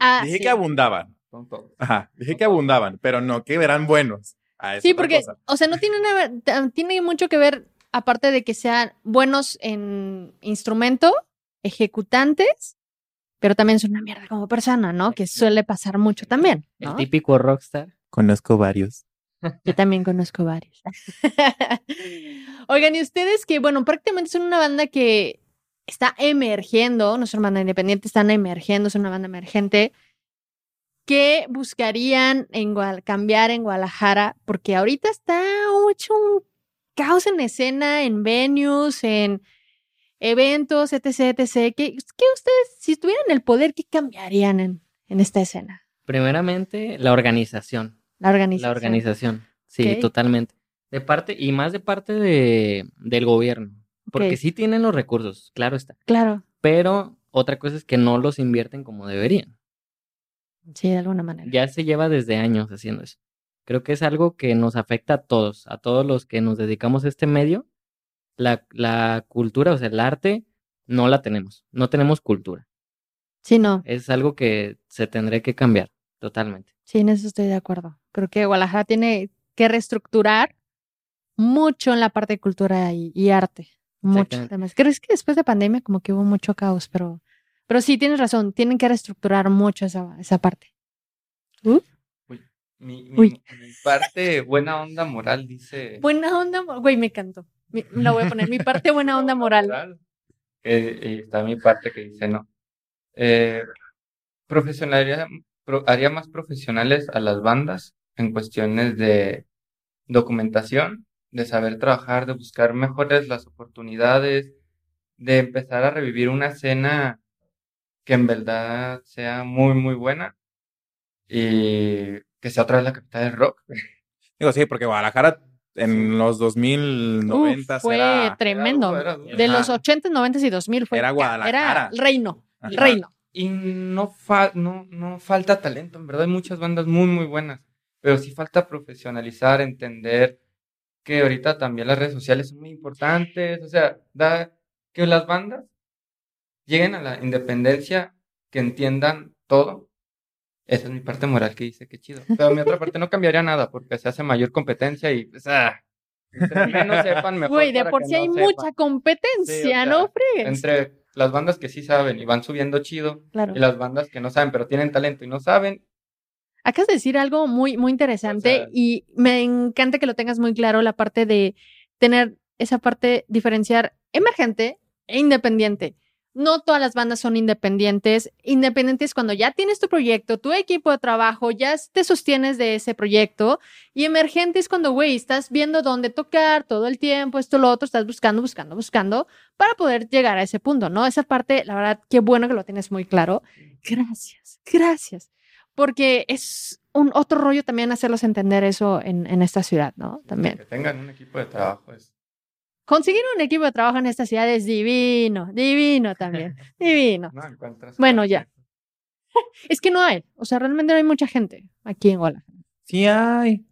[SPEAKER 1] Ah,
[SPEAKER 2] Dije
[SPEAKER 1] sí.
[SPEAKER 2] que abundaban.
[SPEAKER 4] Son todos.
[SPEAKER 2] Ajá, dije que abundaban, pero no que eran buenos. Ah, es
[SPEAKER 1] Sí,
[SPEAKER 2] otra
[SPEAKER 1] porque,
[SPEAKER 2] cosa.
[SPEAKER 1] o sea, no tiene, nada- ta- tiene mucho que ver, aparte de que sean buenos en instrumento, ejecutantes, pero también es una mierda como persona, ¿no? Que suele pasar mucho también.
[SPEAKER 3] El
[SPEAKER 1] ¿no?
[SPEAKER 3] típico rockstar.
[SPEAKER 2] Conozco varios.
[SPEAKER 1] Yo también conozco varios. Oigan, y ustedes que, bueno, prácticamente son una banda que está emergiendo, no son banda independiente, están emergiendo, son una banda emergente. ¿Qué buscarían en Guadal- cambiar en Guadalajara? Porque ahorita está hecho un caos en escena, en venues, en eventos, etc, etc. ¿Qué, qué ustedes, si tuvieran el poder, qué cambiarían en, en esta escena?
[SPEAKER 3] Primeramente, la organización.
[SPEAKER 1] La organización.
[SPEAKER 3] La organización. Sí,
[SPEAKER 1] Ok.
[SPEAKER 3] totalmente. De parte, y más de parte de, del gobierno. Porque
[SPEAKER 1] Ok.
[SPEAKER 3] sí tienen los recursos, claro está.
[SPEAKER 1] Claro,
[SPEAKER 3] Pero otra cosa es que no los invierten como deberían.
[SPEAKER 1] sí, de alguna manera.
[SPEAKER 3] Ya se lleva desde años haciendo eso. Creo que es algo que nos afecta a todos, a todos los que nos dedicamos a este medio. La, la cultura, o sea, el arte, no la tenemos. No tenemos cultura.
[SPEAKER 1] Sí, no,
[SPEAKER 3] Es algo que se tendría que cambiar totalmente.
[SPEAKER 1] sí, en eso estoy de acuerdo. Creo que Guadalajara tiene que reestructurar mucho en la parte de cultura y, y arte. Mucho,
[SPEAKER 3] Exactamente.
[SPEAKER 1] además. Creo que después de pandemia como que hubo mucho caos, pero, pero sí, tienes razón, tienen que reestructurar mucho esa, esa parte.
[SPEAKER 4] Mi, mi-
[SPEAKER 1] Uy.
[SPEAKER 4] mi parte buena onda moral dice.
[SPEAKER 1] Buena onda, mo- güey, me encantó. Mi- la voy a poner, mi parte buena onda moral.
[SPEAKER 4] Eh, y está mi parte que dice no. Eh, profesionalidad- pro- haría más profesionales a las bandas en cuestiones de documentación, de saber trabajar, de buscar mejores las oportunidades, de empezar a revivir una escena que en verdad sea muy, muy buena y que sea otra vez la capital del rock.
[SPEAKER 2] Digo, sí, porque Guadalajara en los 2090
[SPEAKER 1] Uf, fue
[SPEAKER 2] era,
[SPEAKER 1] tremendo.
[SPEAKER 4] era duro.
[SPEAKER 1] de los
[SPEAKER 2] Ajá.
[SPEAKER 1] 80, 90 y 2000 fue.
[SPEAKER 2] era
[SPEAKER 1] Era
[SPEAKER 2] Guadalajara.
[SPEAKER 1] reino,
[SPEAKER 2] Ajá.
[SPEAKER 1] reino.
[SPEAKER 4] Y no, fa- no, no falta talento, en verdad hay muchas bandas muy, muy buenas, pero sí falta profesionalizar, entender que ahorita también las redes sociales son muy importantes, o sea, da, que las bandas lleguen a la independencia, que entiendan todo. Esa es mi parte moral que dice, qué chido. Pero mi otra parte no cambiaría nada porque se hace mayor competencia y, o sea, entre menos sepan mejor.
[SPEAKER 1] Güey, de
[SPEAKER 4] para
[SPEAKER 1] por
[SPEAKER 4] que
[SPEAKER 1] sí
[SPEAKER 4] no
[SPEAKER 1] hay
[SPEAKER 4] sepan.
[SPEAKER 1] mucha competencia,
[SPEAKER 4] Sí, o sea,
[SPEAKER 1] no fregues.
[SPEAKER 4] Entre las bandas que sí saben y van subiendo chido,
[SPEAKER 1] Claro.
[SPEAKER 4] y las bandas que no saben, pero tienen talento y no saben.
[SPEAKER 1] Acabas de decir algo muy, muy interesante
[SPEAKER 4] O sea-
[SPEAKER 1] y me encanta que lo tengas muy claro, la parte de tener esa parte, diferenciar emergente e independiente. No todas las bandas son independientes. Independientes cuando ya tienes tu proyecto, tu equipo de trabajo, ya te sostienes de ese proyecto. Y emergente es cuando, güey, estás viendo dónde tocar todo el tiempo, esto, lo otro, estás buscando, buscando, buscando para poder llegar a ese punto, ¿no? Esa parte, la verdad, qué bueno que lo tienes muy claro. Gracias, gracias porque es un otro rollo también hacerlos entender eso en, en esta ciudad, ¿no? También.
[SPEAKER 4] pues, Que tengan un equipo de trabajo. es-
[SPEAKER 1] Conseguir un equipo de trabajo en esta ciudad es divino, divino también, divino.
[SPEAKER 4] no encuentras
[SPEAKER 1] Bueno, ya.
[SPEAKER 4] cualquier-
[SPEAKER 1] Es que no hay, o sea, realmente no hay mucha gente aquí en Guadalajara.
[SPEAKER 2] Sí hay.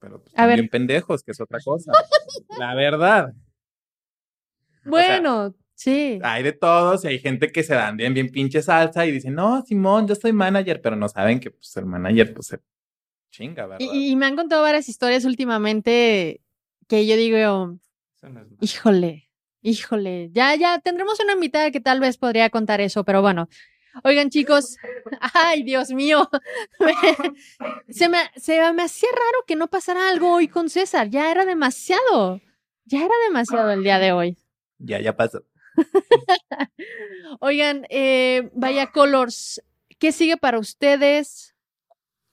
[SPEAKER 2] Pero pues,
[SPEAKER 1] A ver.
[SPEAKER 2] también pendejos, que es otra cosa. La verdad.
[SPEAKER 1] Bueno, sí.
[SPEAKER 2] Hay de todos y hay gente que se dan bien, bien pinche salsa y dicen, no, Simón, yo soy manager, pero no saben que pues el manager pues se chinga, ¿verdad?
[SPEAKER 1] Y, y me han contado varias historias últimamente que yo digo,
[SPEAKER 4] eso no es malo.
[SPEAKER 1] Híjole, híjole, ya, ya tendremos una invitada que tal vez podría contar eso, pero bueno. Oigan, chicos, ay, Dios mío, se, me, se me hacía raro que no pasara algo hoy con César, ya era demasiado, ya era demasiado el día de hoy.
[SPEAKER 2] Ya, ya pasó.
[SPEAKER 1] Oigan, eh, vaya Colors, ¿qué sigue para ustedes?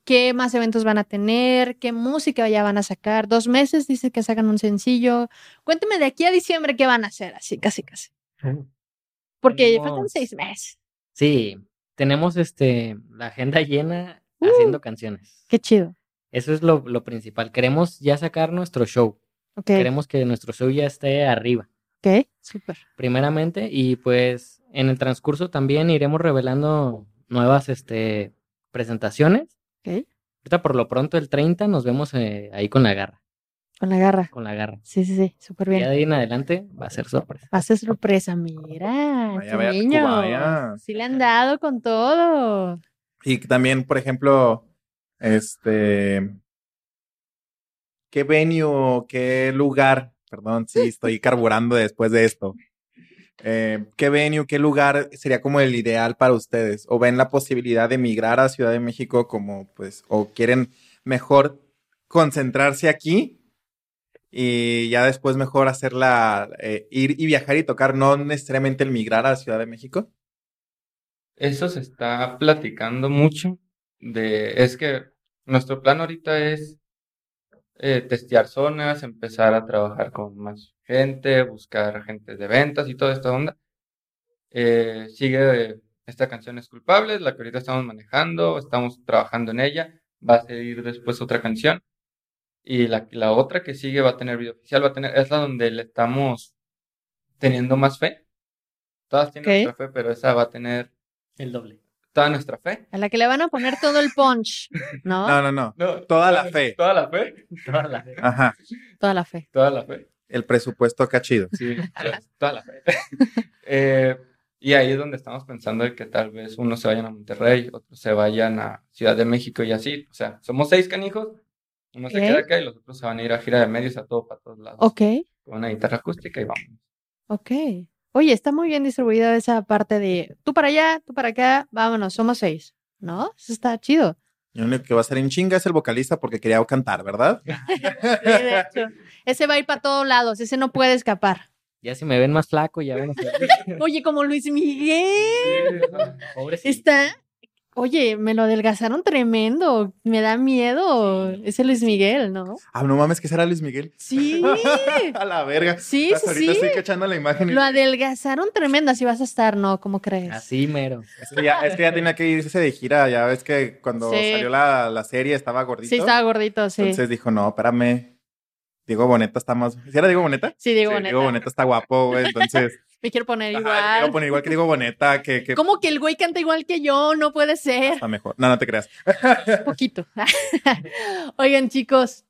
[SPEAKER 1] ¿Qué más eventos van a tener? ¿Qué música ya van a sacar? Dos meses dice que sacan un sencillo. Cuénteme de aquí a diciembre qué van a hacer, así, casi, casi. Porque faltan
[SPEAKER 3] Tenemos-
[SPEAKER 1] seis meses.
[SPEAKER 3] Sí, tenemos este la agenda llena haciendo canciones.
[SPEAKER 1] Qué chido.
[SPEAKER 3] Eso es lo, lo principal. Queremos ya sacar nuestro show.
[SPEAKER 1] Ok,
[SPEAKER 3] Queremos que nuestro show ya esté arriba,
[SPEAKER 1] ok, súper.
[SPEAKER 3] primeramente. Y pues en el transcurso también iremos revelando nuevas este, presentaciones.
[SPEAKER 1] Ok.
[SPEAKER 3] Ahorita por lo pronto el 30 nos vemos eh, ahí con la garra.
[SPEAKER 1] Con la garra.
[SPEAKER 3] Con la garra.
[SPEAKER 1] Sí, sí, sí, súper
[SPEAKER 3] Ya
[SPEAKER 1] bien.
[SPEAKER 3] de ahí en adelante va a ser sorpresa.
[SPEAKER 1] Hace sorpresa, mira.
[SPEAKER 2] Vaya,
[SPEAKER 1] tu
[SPEAKER 2] vaya,
[SPEAKER 1] niño.
[SPEAKER 2] vaya.
[SPEAKER 1] Sí le han dado con todo.
[SPEAKER 2] Y también, por ejemplo, este, ¿qué venue, o qué lugar? Perdón, sí, estoy carburando después de esto. eh, ¿qué venue, qué lugar sería como el ideal para ustedes? ¿O ven la posibilidad de migrar a Ciudad de México como, pues, o quieren mejor concentrarse aquí y ya después mejor hacerla, eh, ir y viajar y tocar, no necesariamente el migrar a Ciudad de México?
[SPEAKER 4] Eso se está platicando mucho de, es que nuestro plan ahorita es eh, testear zonas, empezar a trabajar con más gente, buscar gente de ventas y toda esta onda. Eh, sigue eh, esta canción es culpable, la que ahorita estamos manejando, estamos trabajando en ella, va a seguir después otra canción y la, la otra que sigue va a tener video oficial, va a tener, es la donde le estamos teniendo más fe. Todas tienen
[SPEAKER 1] Ok.
[SPEAKER 4] nuestra fe, pero esa va a tener
[SPEAKER 3] El doble.
[SPEAKER 4] toda nuestra fe.
[SPEAKER 1] A la que le van a poner todo el punch, ¿no?
[SPEAKER 2] No, no, no. Toda la fe.
[SPEAKER 4] Toda la fe.
[SPEAKER 3] Toda la fe.
[SPEAKER 2] Ajá.
[SPEAKER 1] Toda la fe.
[SPEAKER 4] Toda la fe.
[SPEAKER 2] El presupuesto acá chido.
[SPEAKER 4] Sí, toda- toda la fe. Eh, y ahí es donde estamos pensando de que tal vez unos se vayan a Monterrey, otros se vayan a Ciudad de México y así. O sea, somos seis canijos, uno se
[SPEAKER 1] Ok.
[SPEAKER 4] queda acá y los otros se van a ir a gira de medios a todo para todos lados.
[SPEAKER 1] Ok,
[SPEAKER 4] Con una guitarra acústica y vamos.
[SPEAKER 1] ok. Oye, está muy bien distribuida esa parte de tú para allá, tú para acá, vámonos, somos seis, ¿no? Eso está chido.
[SPEAKER 2] Lo único que va a ser en chinga es el vocalista porque quería cantar, ¿verdad?
[SPEAKER 1] Ese va a ir para todos lados, ese no puede escapar.
[SPEAKER 3] Ya si me ven más flaco, ya bueno.
[SPEAKER 1] Oye, como Luis Miguel.
[SPEAKER 3] Pobrecito.
[SPEAKER 1] Está. Oye, me lo adelgazaron tremendo. Me da miedo. Ese Luis Miguel, ¿no?
[SPEAKER 2] Ah, no mames, que será Luis Miguel.
[SPEAKER 1] Sí.
[SPEAKER 2] A la verga.
[SPEAKER 1] Sí,
[SPEAKER 2] Hasta
[SPEAKER 1] sí,
[SPEAKER 2] ahorita
[SPEAKER 1] sí.
[SPEAKER 2] estoy cachando la imagen. y-
[SPEAKER 1] Lo adelgazaron tremendo. Así vas a estar, ¿no? ¿Cómo crees?
[SPEAKER 2] Ah,
[SPEAKER 3] Así mero.
[SPEAKER 2] Es que pues, ya, es que ya tenía que irse de gira. Ya ves que cuando
[SPEAKER 1] Sí.
[SPEAKER 2] salió la, la serie estaba gordito.
[SPEAKER 1] Sí, estaba gordito, sí.
[SPEAKER 2] Entonces dijo, no, espérame. Diego Boneta está más. ¿Sí era Diego Boneta?
[SPEAKER 1] sí, digo,
[SPEAKER 2] Sí,
[SPEAKER 1] neta,
[SPEAKER 2] Diego Boneta está guapo, güey. Entonces,
[SPEAKER 1] Me quiero poner
[SPEAKER 2] ajá,
[SPEAKER 1] igual.
[SPEAKER 2] quiero poner igual que Diego Boneta, que, que
[SPEAKER 1] Ah, ¿Cómo que el güey canta igual que yo? No puede ser.
[SPEAKER 2] está mejor. No, no te creas.
[SPEAKER 1] Un poquito. Oigan, chicos,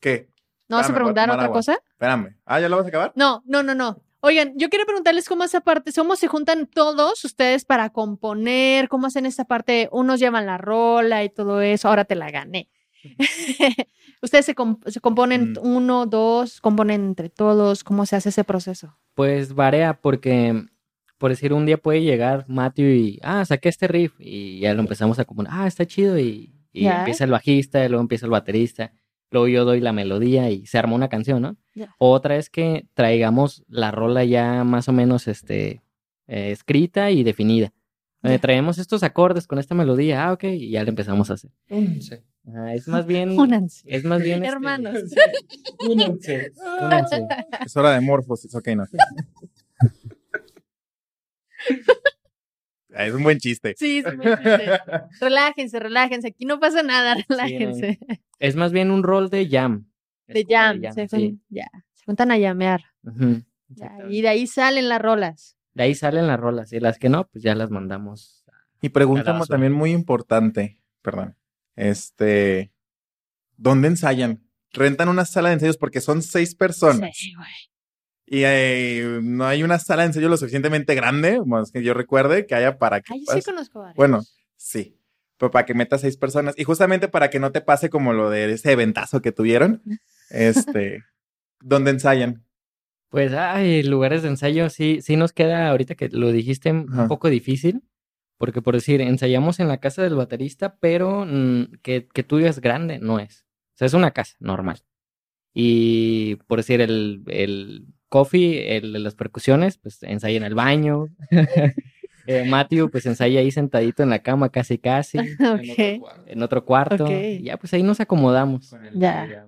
[SPEAKER 2] ¿Qué?
[SPEAKER 1] ¿no vas a
[SPEAKER 2] Ah, me voy a
[SPEAKER 1] preguntar
[SPEAKER 2] tomar
[SPEAKER 1] otra
[SPEAKER 2] agua.
[SPEAKER 1] cosa?
[SPEAKER 2] Espérame. Ah, ¿ya lo vas a acabar?
[SPEAKER 1] No, no, no, no. Oigan, yo quiero preguntarles cómo esa parte, cómo se juntan todos ustedes para componer, cómo hacen esta parte, unos llevan la rola y todo eso, ahora te la gané. ustedes se, comp- se componen
[SPEAKER 2] Mm.
[SPEAKER 1] uno, dos, componen entre todos, cómo se hace ese proceso.
[SPEAKER 3] Pues varía porque, por decir, un día puede llegar Matthew y, ah, saqué este riff y ya lo empezamos a componer, ah, está chido y, y
[SPEAKER 1] Ya.
[SPEAKER 3] empieza el bajista, y luego empieza el baterista, luego yo doy la melodía y se arma una canción, ¿no?
[SPEAKER 1] Ya.
[SPEAKER 3] Otra es que traigamos la rola ya más o menos este, eh, escrita y definida. Donde
[SPEAKER 1] Ya.
[SPEAKER 3] traemos estos acordes con esta melodía, ah, ok, y ya la empezamos a hacer.
[SPEAKER 4] Únanse.
[SPEAKER 3] Ajá, es más bien,
[SPEAKER 1] Únanse.
[SPEAKER 3] es más Mm. bien, este,
[SPEAKER 1] Hermanos.
[SPEAKER 4] Únanse.
[SPEAKER 3] únanse.
[SPEAKER 1] Ah.
[SPEAKER 2] Es hora de morfosis. Ok, no. Ah, Es un buen chiste.
[SPEAKER 1] Sí, sí, me dijiste. relájense, relájense, aquí no pasa nada, relájense.
[SPEAKER 3] Es más bien un rol de jam.
[SPEAKER 1] de
[SPEAKER 3] Es como
[SPEAKER 1] jam, se, jun-
[SPEAKER 3] sí.
[SPEAKER 1] ya, se juntan a llamear.
[SPEAKER 3] Ujú.
[SPEAKER 1] y de ahí salen las rolas.
[SPEAKER 3] De ahí salen las rolas y las que no, pues ya las mandamos.
[SPEAKER 2] Y pregunta
[SPEAKER 3] A la basura.
[SPEAKER 2] también muy importante, perdón, este, ¿dónde ensayan? ¿Rentan una sala de ensayos? Porque son seis personas
[SPEAKER 1] Sí, güey.
[SPEAKER 2] y eh, no hay una sala de ensayos lo suficientemente grande, más que yo recuerde, que haya para que...
[SPEAKER 1] Ay, yo sí
[SPEAKER 2] puedas-
[SPEAKER 1] conozco varios.
[SPEAKER 2] Pues, Bueno, sí, pero para que metas seis personas y justamente para que no te pase como lo de ese ventazo que tuvieron, este, ¿dónde ensayan?
[SPEAKER 3] Pues, ay, lugares de ensayo, sí, sí nos queda, ahorita que lo dijiste,
[SPEAKER 2] Ajá.
[SPEAKER 3] un poco difícil. Porque, por decir, ensayamos en la casa del baterista, pero mm, que, que tú digas grande, no es. O sea, es una casa normal. Y, por decir, el, el coffee, el de las percusiones, pues ensaya en el baño. Eh, Matthew, pues ensaya ahí sentadito en la cama, casi, casi.
[SPEAKER 1] Ok.
[SPEAKER 3] en otro cuarto.
[SPEAKER 1] Ok.
[SPEAKER 3] y ya, pues ahí nos acomodamos.
[SPEAKER 1] Ya.
[SPEAKER 4] ya.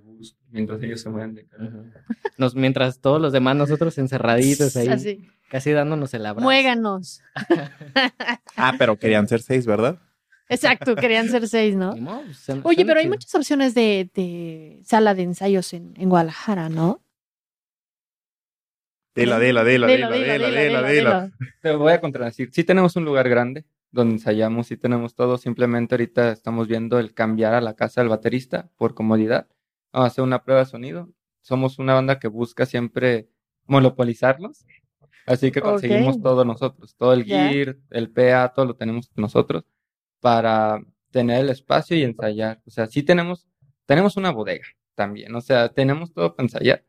[SPEAKER 4] Mientras ellos se mueven de cara.
[SPEAKER 3] Ujú. Nos, mientras todos los demás, nosotros encerraditos ahí,
[SPEAKER 1] Así.
[SPEAKER 3] casi dándonos el abrazo.
[SPEAKER 1] Muéganos.
[SPEAKER 2] Ah, pero querían ser seis, ¿verdad?
[SPEAKER 1] Exacto, querían ser seis, ¿no?
[SPEAKER 3] Ni modo, pues, suena-
[SPEAKER 1] Oye,
[SPEAKER 3] suena
[SPEAKER 1] pero hay
[SPEAKER 3] chido.
[SPEAKER 1] muchas opciones de, de sala de ensayos en, en Guadalajara, ¿no?
[SPEAKER 2] Dilo, dilo, dilo, dilo, dilo, dilo, dilo,
[SPEAKER 4] Te voy a contradecir. Sí tenemos un lugar grande donde ensayamos, sí tenemos todo. Simplemente ahorita estamos viendo el cambiar a la casa del baterista por comodidad. Vamos a hacer una prueba de sonido. Somos una banda que busca siempre monopolizarlos. Así que conseguimos
[SPEAKER 1] Ok.
[SPEAKER 4] todo nosotros. Todo el
[SPEAKER 1] Ya.
[SPEAKER 4] gear, el PA, todo lo tenemos nosotros para tener el espacio y ensayar. O sea, sí tenemos, tenemos una bodega también. O sea, tenemos todo para ensayar.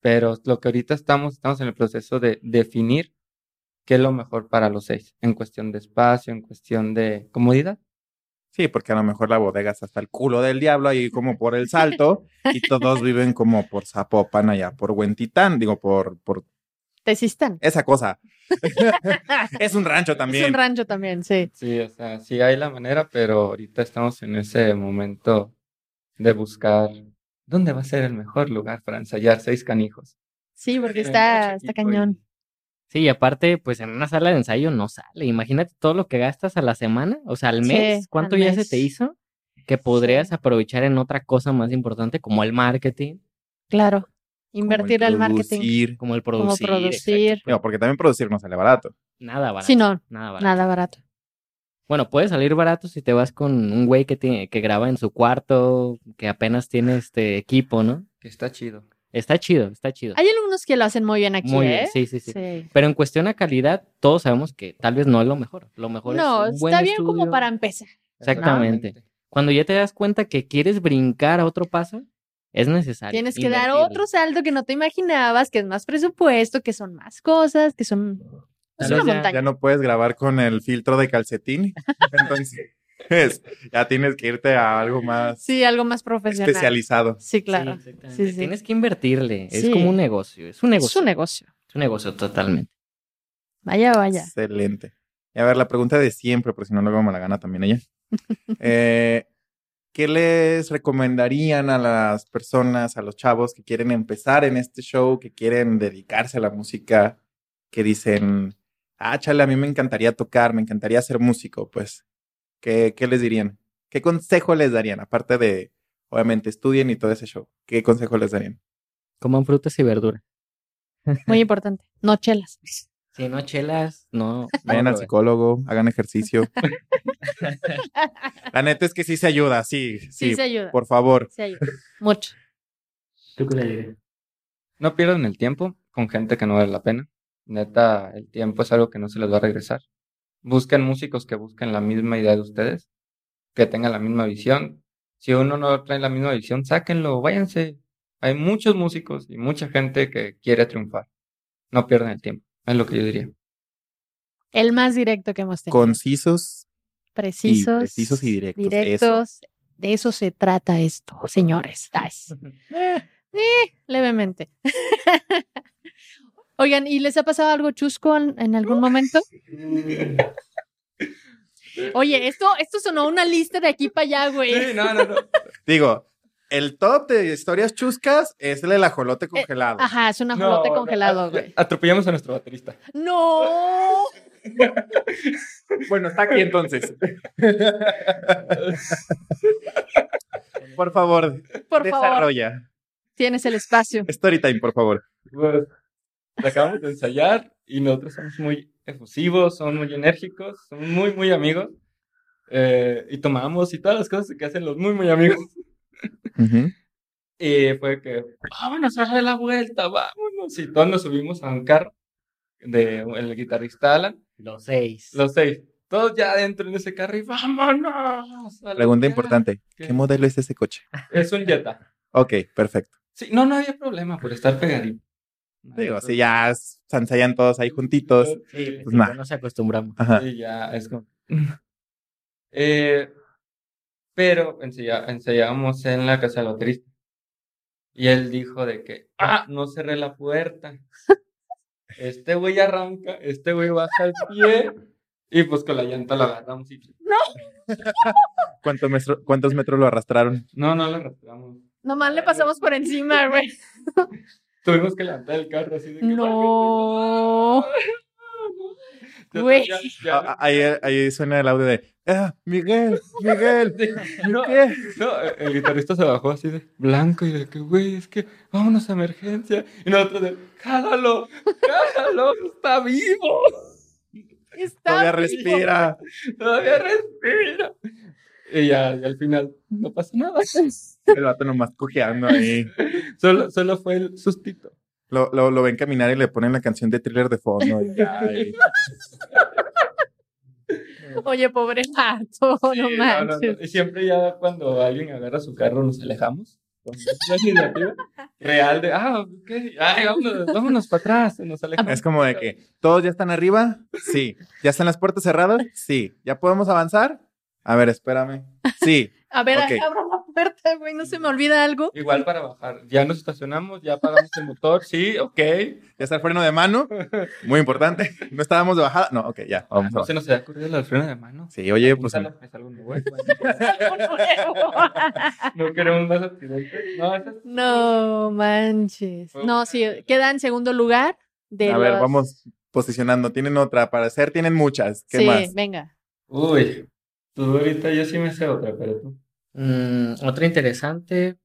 [SPEAKER 4] Pero lo que ahorita estamos, estamos en el proceso de definir qué es lo mejor para los seis, en cuestión de espacio, en cuestión de comodidad.
[SPEAKER 2] Sí, porque a lo mejor la bodega es hasta el culo del diablo ahí como por el salto y todos viven como por Zapopan allá, por Huentitán, digo, por, por
[SPEAKER 1] Te sistan.
[SPEAKER 2] esa cosa. es un rancho
[SPEAKER 1] Es un
[SPEAKER 2] también.
[SPEAKER 1] rancho también, sí.
[SPEAKER 4] Sí, o sea, sí hay la manera, pero ahorita estamos en ese momento de buscar dónde va a ser el mejor lugar para ensayar seis canijos.
[SPEAKER 1] Sí, porque
[SPEAKER 4] Sí,
[SPEAKER 1] está,
[SPEAKER 4] está
[SPEAKER 1] está
[SPEAKER 4] chiquito y-
[SPEAKER 1] cañón.
[SPEAKER 3] Sí, y aparte, pues en una sala de ensayo no sale. Imagínate todo lo que gastas a la semana, o sea, al
[SPEAKER 1] Sí,
[SPEAKER 3] mes, cuánto
[SPEAKER 1] al
[SPEAKER 3] ya se
[SPEAKER 1] mes.
[SPEAKER 3] te hizo que podrías aprovechar en otra cosa más importante como el marketing,
[SPEAKER 1] Claro.
[SPEAKER 2] Como el
[SPEAKER 1] Invertir al marketing.
[SPEAKER 2] producir.
[SPEAKER 3] como el
[SPEAKER 1] Como
[SPEAKER 3] producir.
[SPEAKER 1] producir.
[SPEAKER 3] exacto.
[SPEAKER 2] Digo, porque también producir no sale barato.
[SPEAKER 3] Nada barato.
[SPEAKER 1] Sí, no,
[SPEAKER 3] Nada barato.
[SPEAKER 1] nada barato.
[SPEAKER 3] Bueno, puede salir barato si te vas con un güey que, tiene- que graba en su cuarto, que apenas tiene este equipo, ¿no?
[SPEAKER 4] Que está chido.
[SPEAKER 3] Está chido, está chido.
[SPEAKER 1] Hay algunos que lo hacen muy bien aquí,
[SPEAKER 3] Muy bien,
[SPEAKER 1] ¿eh?
[SPEAKER 3] sí, sí, sí,
[SPEAKER 1] Sí.
[SPEAKER 3] Pero en cuestión a calidad, todos sabemos que tal vez no es lo mejor. Lo mejor
[SPEAKER 1] No,
[SPEAKER 3] es un
[SPEAKER 1] está
[SPEAKER 3] buen
[SPEAKER 1] bien como
[SPEAKER 3] estudio.
[SPEAKER 1] para empezar.
[SPEAKER 3] Exactamente. Cuando ya te das cuenta que quieres brincar a otro paso, es necesario.
[SPEAKER 1] Tienes que dar
[SPEAKER 3] invertirle.
[SPEAKER 1] otro salto que no te imaginabas, que es más presupuesto, que son más cosas, que son... Es
[SPEAKER 3] Tal vez
[SPEAKER 1] una
[SPEAKER 3] ya-
[SPEAKER 1] montaña.
[SPEAKER 2] Ya no puedes grabar con el filtro de calcetín. Entonces, es- ya tienes que irte a algo más
[SPEAKER 1] Sí, algo más profesional.
[SPEAKER 2] especializado.
[SPEAKER 1] Sí,
[SPEAKER 3] Sí,
[SPEAKER 1] claro.
[SPEAKER 3] exactamente.
[SPEAKER 1] Sí, sí.
[SPEAKER 3] Tienes que invertirle. Es
[SPEAKER 1] Sí.
[SPEAKER 3] como un negocio. Es un negocio.
[SPEAKER 1] Es un negocio.
[SPEAKER 3] Es un negocio totalmente.
[SPEAKER 1] Vaya, vaya.
[SPEAKER 2] Excelente. Y a ver, la pregunta de siempre, por si no luego me la gana también ella. Eh, ¿Qué les recomendarían a las personas, a los chavos que quieren empezar en este show, que quieren dedicarse a la música, que dicen, ah, chale, a mí me encantaría tocar, me encantaría ser músico? Pues, ¿qué, qué les dirían? ¿Qué consejo les darían? Aparte de, obviamente, estudien y todo ese show. ¿Qué consejo les darían?
[SPEAKER 3] Coman frutas y verduras.
[SPEAKER 1] Muy importante. No chelas.
[SPEAKER 3] Si no chelas, no.
[SPEAKER 2] Vayan
[SPEAKER 3] no
[SPEAKER 2] al
[SPEAKER 3] lo-
[SPEAKER 2] psicólogo, hagan ejercicio. la neta es que sí se ayuda, sí,
[SPEAKER 1] Sí,
[SPEAKER 2] sí,
[SPEAKER 1] se ayuda.
[SPEAKER 2] por favor.
[SPEAKER 1] Se ayuda. Mucho.
[SPEAKER 4] No pierdan el tiempo con gente que no vale la pena. Neta, el tiempo es algo que no se les va a regresar. Busquen músicos que busquen la misma idea de ustedes, que tengan la misma visión. Si uno no trae la misma visión, sáquenlo, váyanse. Hay muchos músicos y mucha gente que quiere triunfar. No pierdan el tiempo, es lo que yo diría.
[SPEAKER 1] El más directo que hemos tenido.
[SPEAKER 2] Concisos,
[SPEAKER 1] precisos.
[SPEAKER 2] precisos y directos,
[SPEAKER 1] Directos. De eso se trata esto, señores. Ay, eh, levemente. Oigan, ¿y les ha pasado algo chusco en, en algún momento? Oye, esto, esto sonó una lista de aquí para allá, güey.
[SPEAKER 4] no, no, no.
[SPEAKER 2] digo, el top de historias chuscas es el del ajolote congelado.
[SPEAKER 1] Eh, Ajá, es un ajolote congelado, güey.
[SPEAKER 4] Atropellamos a nuestro baterista.
[SPEAKER 1] ¡No!
[SPEAKER 2] Bueno, está aquí entonces. por favor,
[SPEAKER 1] Por favor,
[SPEAKER 2] desarrolla.
[SPEAKER 1] tienes el espacio.
[SPEAKER 2] Story time, por favor.
[SPEAKER 4] Pues, acabamos de ensayar y nosotros somos muy efusivos, somos muy enérgicos, somos muy, muy amigos. eh, y tomamos y todas las cosas que hacen los muy, muy amigos. Y fue que, vámonos a darle la vuelta, vámonos. Y todos nos subimos a un carro del el guitarrista Alan,
[SPEAKER 3] Los seis.
[SPEAKER 4] los seis. Todos ya adentro en ese carro y vámonos. a la
[SPEAKER 2] Pregunta
[SPEAKER 1] Ah,
[SPEAKER 4] ya".
[SPEAKER 2] importante.
[SPEAKER 4] ¿Qué?
[SPEAKER 2] ¿Qué modelo es ese coche?
[SPEAKER 4] Es un Jetta.
[SPEAKER 2] Ok, perfecto.
[SPEAKER 4] Sí, no, no había problema por estar pegadito.
[SPEAKER 2] Digo, si ya s- se ensayan todos ahí juntitos.
[SPEAKER 3] Sí, sí,
[SPEAKER 2] Nah.
[SPEAKER 3] ya nos acostumbramos.
[SPEAKER 2] Ajá.
[SPEAKER 4] Y ya es como. Eh, pero ensaya- ensayábamos en la casa de la triste. Y él dijo de que, ah, no cerré la puerta. Este güey arranca, este güey baja el pie. Y pues con la llanta la agarramos y.
[SPEAKER 2] ¿Cuántos, metro- ¿Cuántos metros lo arrastraron?
[SPEAKER 4] No, no la arrastramos.
[SPEAKER 1] Nomás le pasamos por encima, güey.
[SPEAKER 4] Tuvimos que levantar el carro así de que.
[SPEAKER 1] No.
[SPEAKER 4] Ya-
[SPEAKER 1] Güey.
[SPEAKER 4] ya- ya-
[SPEAKER 2] Ah, ah, Ahí, ahí suena el audio de "Ah, Miguel, Miguel,
[SPEAKER 4] No,
[SPEAKER 2] Miguel.
[SPEAKER 4] No, el guitarrista se bajó así de blanco y de que, güey, es que vámonos a emergencia. Y nosotros de, jálalo, jálalo, está vivo,
[SPEAKER 1] Está
[SPEAKER 2] Todavía
[SPEAKER 1] vivo.
[SPEAKER 2] respira.
[SPEAKER 4] todavía respira. Y ya, y al final no pasó nada.
[SPEAKER 2] El vato nomás cojeando ahí.
[SPEAKER 4] Solo, solo fue el sustito.
[SPEAKER 2] Lo, lo, lo ven caminar y le ponen la canción de thriller de fondo. y ya, y-
[SPEAKER 1] Oye, pobre pato,
[SPEAKER 4] Sí,
[SPEAKER 1] Oh, no
[SPEAKER 4] no, no, no.
[SPEAKER 1] manches.
[SPEAKER 4] Y siempre ya cuando alguien agarra su carro nos alejamos con una iniciativa real de, ah, ok, ay, vámonos, vámonos para atrás, se nos alejamos.
[SPEAKER 2] Es como de que todos ya están arriba, sí. ¿Ya están las puertas cerradas? Sí. ¿Ya podemos avanzar? A ver, espérame. Sí.
[SPEAKER 1] A ver,
[SPEAKER 2] Ok.
[SPEAKER 1] abro la puerta, güey, no se me olvida algo.
[SPEAKER 4] Igual para bajar, ya nos estacionamos, ya apagamos el motor, sí, ok,
[SPEAKER 2] ¿Ya está el freno de mano? Muy importante. ¿No estábamos de bajada? No, ok, ya. Vamos a
[SPEAKER 4] no se nos había ocurrido la freno de mano.
[SPEAKER 2] Sí, oye, pues.
[SPEAKER 4] Apúntalo, es algo nuevo.
[SPEAKER 1] Algo nuevo.
[SPEAKER 4] No queremos más accidentes. No, esa es-
[SPEAKER 1] No manches. No, sí, queda en segundo lugar. De
[SPEAKER 2] A ver,
[SPEAKER 1] los-
[SPEAKER 2] vamos posicionando. Tienen otra para hacer, tienen muchas. ¿Qué
[SPEAKER 1] Sí,
[SPEAKER 2] más?
[SPEAKER 1] venga.
[SPEAKER 4] Uy, tú ahorita yo sí me sé otra, pero tú.
[SPEAKER 3] Mm, otra interesante.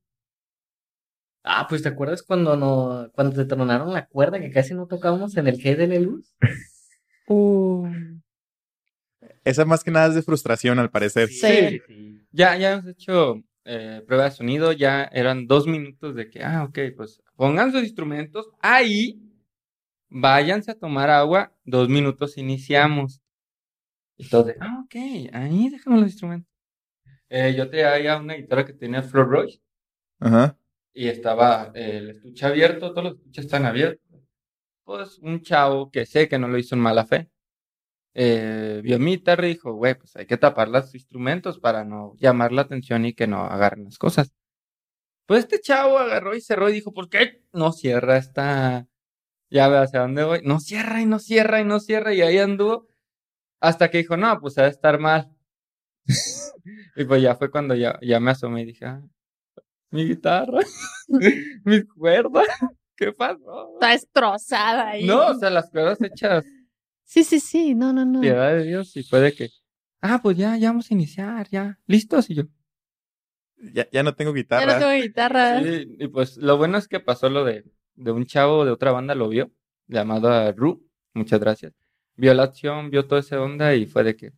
[SPEAKER 3] Ah, pues ¿te acuerdas cuando no, cuando te tronaron la cuerda que casi no tocábamos en el GDL Luz?
[SPEAKER 1] Uh,
[SPEAKER 2] Esa más que nada es de frustración, al parecer.
[SPEAKER 1] Sí.
[SPEAKER 4] Ya, ya hemos hecho eh, prueba de sonido, ya eran dos minutos de que, ah, ok, pues pongan sus instrumentos ahí, váyanse a tomar agua, dos minutos iniciamos. Y todos de, ah, ok, ahí déjame los instrumentos. Eh, yo traía una guitarra que tenía Flor Roy
[SPEAKER 2] Ajá.
[SPEAKER 4] y estaba eh, el estuche abierto, todos los estuches están abiertos. Pues un chavo que sé que no lo hizo en mala fe, eh, vio mi guitarra y dijo, güey, pues hay que tapar los instrumentos para no llamar la atención y que no agarren las cosas. Pues este chavo agarró y cerró y dijo, ¿por qué no cierra esta llave hacia dónde voy? No cierra y no cierra y no cierra y ahí anduvo hasta que dijo, no, pues ha de estar mal. y pues ya fue cuando ya, ya me asomé y dije, "Ah, mi guitarra, mis cuerdas, ¿qué pasó?
[SPEAKER 1] está destrozada ahí.
[SPEAKER 4] No, o sea, las cuerdas hechas
[SPEAKER 1] Sí, sí, sí. No, no, no.
[SPEAKER 4] piedad de Dios y puede que, ah, pues ya, ya vamos a iniciar, ya, listos y yo.
[SPEAKER 2] Ya, ya no tengo
[SPEAKER 1] Ya
[SPEAKER 2] guitarra.
[SPEAKER 1] no tengo guitarra.
[SPEAKER 4] Sí, y pues lo bueno es que pasó lo de, de un chavo de otra banda, lo vio, llamado a Ru, muchas gracias. Vio la acción, vio toda esa onda y fue de que,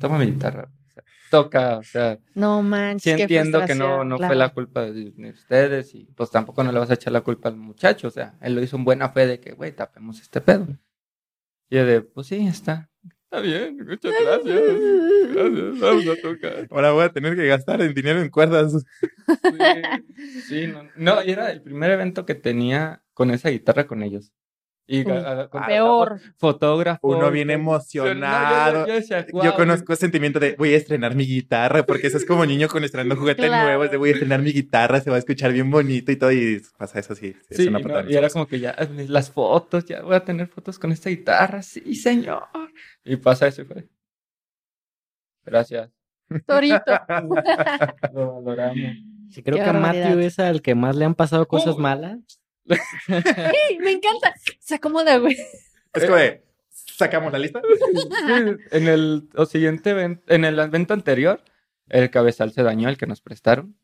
[SPEAKER 4] toma mi guitarra, o sea, toca, o sea,
[SPEAKER 1] No manches.
[SPEAKER 4] sí
[SPEAKER 1] qué
[SPEAKER 4] entiendo que no,
[SPEAKER 1] frustración,
[SPEAKER 4] no
[SPEAKER 1] claro.
[SPEAKER 4] fue la culpa de, de ustedes y pues tampoco no le vas a echar la culpa al muchacho, o sea, él lo hizo en buena fe de que, güey, tapemos este pedo. Y yo de, pues sí, está. Está bien, muchas gracias. Gracias, vamos a tocar.
[SPEAKER 2] Ahora voy a tener que gastar el dinero en cuerdas.
[SPEAKER 4] Sí, sí, no, no, y era el primer evento que tenga con esa guitarra con ellos. Y
[SPEAKER 1] Uy,
[SPEAKER 4] ga- ga- contratamos
[SPEAKER 1] Peor.
[SPEAKER 4] Fotógrafo.
[SPEAKER 2] Uno bien emocionado.
[SPEAKER 4] Yo, yo- yo decía,
[SPEAKER 2] Yo
[SPEAKER 4] "Guau".
[SPEAKER 2] conozco el sentimiento de voy a estrenar mi guitarra, porque eso es como niño con estrenando juguete
[SPEAKER 1] Claro.
[SPEAKER 2] nuevo, es de voy a estrenar mi guitarra, se va a escuchar bien bonito y todo, y pasa eso así. es
[SPEAKER 4] Sí,
[SPEAKER 2] una
[SPEAKER 4] y no,
[SPEAKER 2] patada en
[SPEAKER 4] y
[SPEAKER 2] los
[SPEAKER 4] era
[SPEAKER 2] ojos.
[SPEAKER 4] como que ya eh, las fotos, ya voy a tener fotos con esta guitarra, sí, señor. Y pasa eso y fue. Gracias.
[SPEAKER 1] Torito.
[SPEAKER 4] Lo valoramos. Uh.
[SPEAKER 3] Sí, creo
[SPEAKER 1] Qué
[SPEAKER 3] que a
[SPEAKER 1] barbaridad.
[SPEAKER 3] Matthew es al que más le han pasado cosas
[SPEAKER 4] Uy.
[SPEAKER 3] malas.
[SPEAKER 1] Sí, me encanta. Se acomoda, güey.
[SPEAKER 2] Es como de, sacamos la lista.
[SPEAKER 4] Sí, en el o siguiente evento, en el evento anterior, el cabezal se dañó, el que nos prestaron.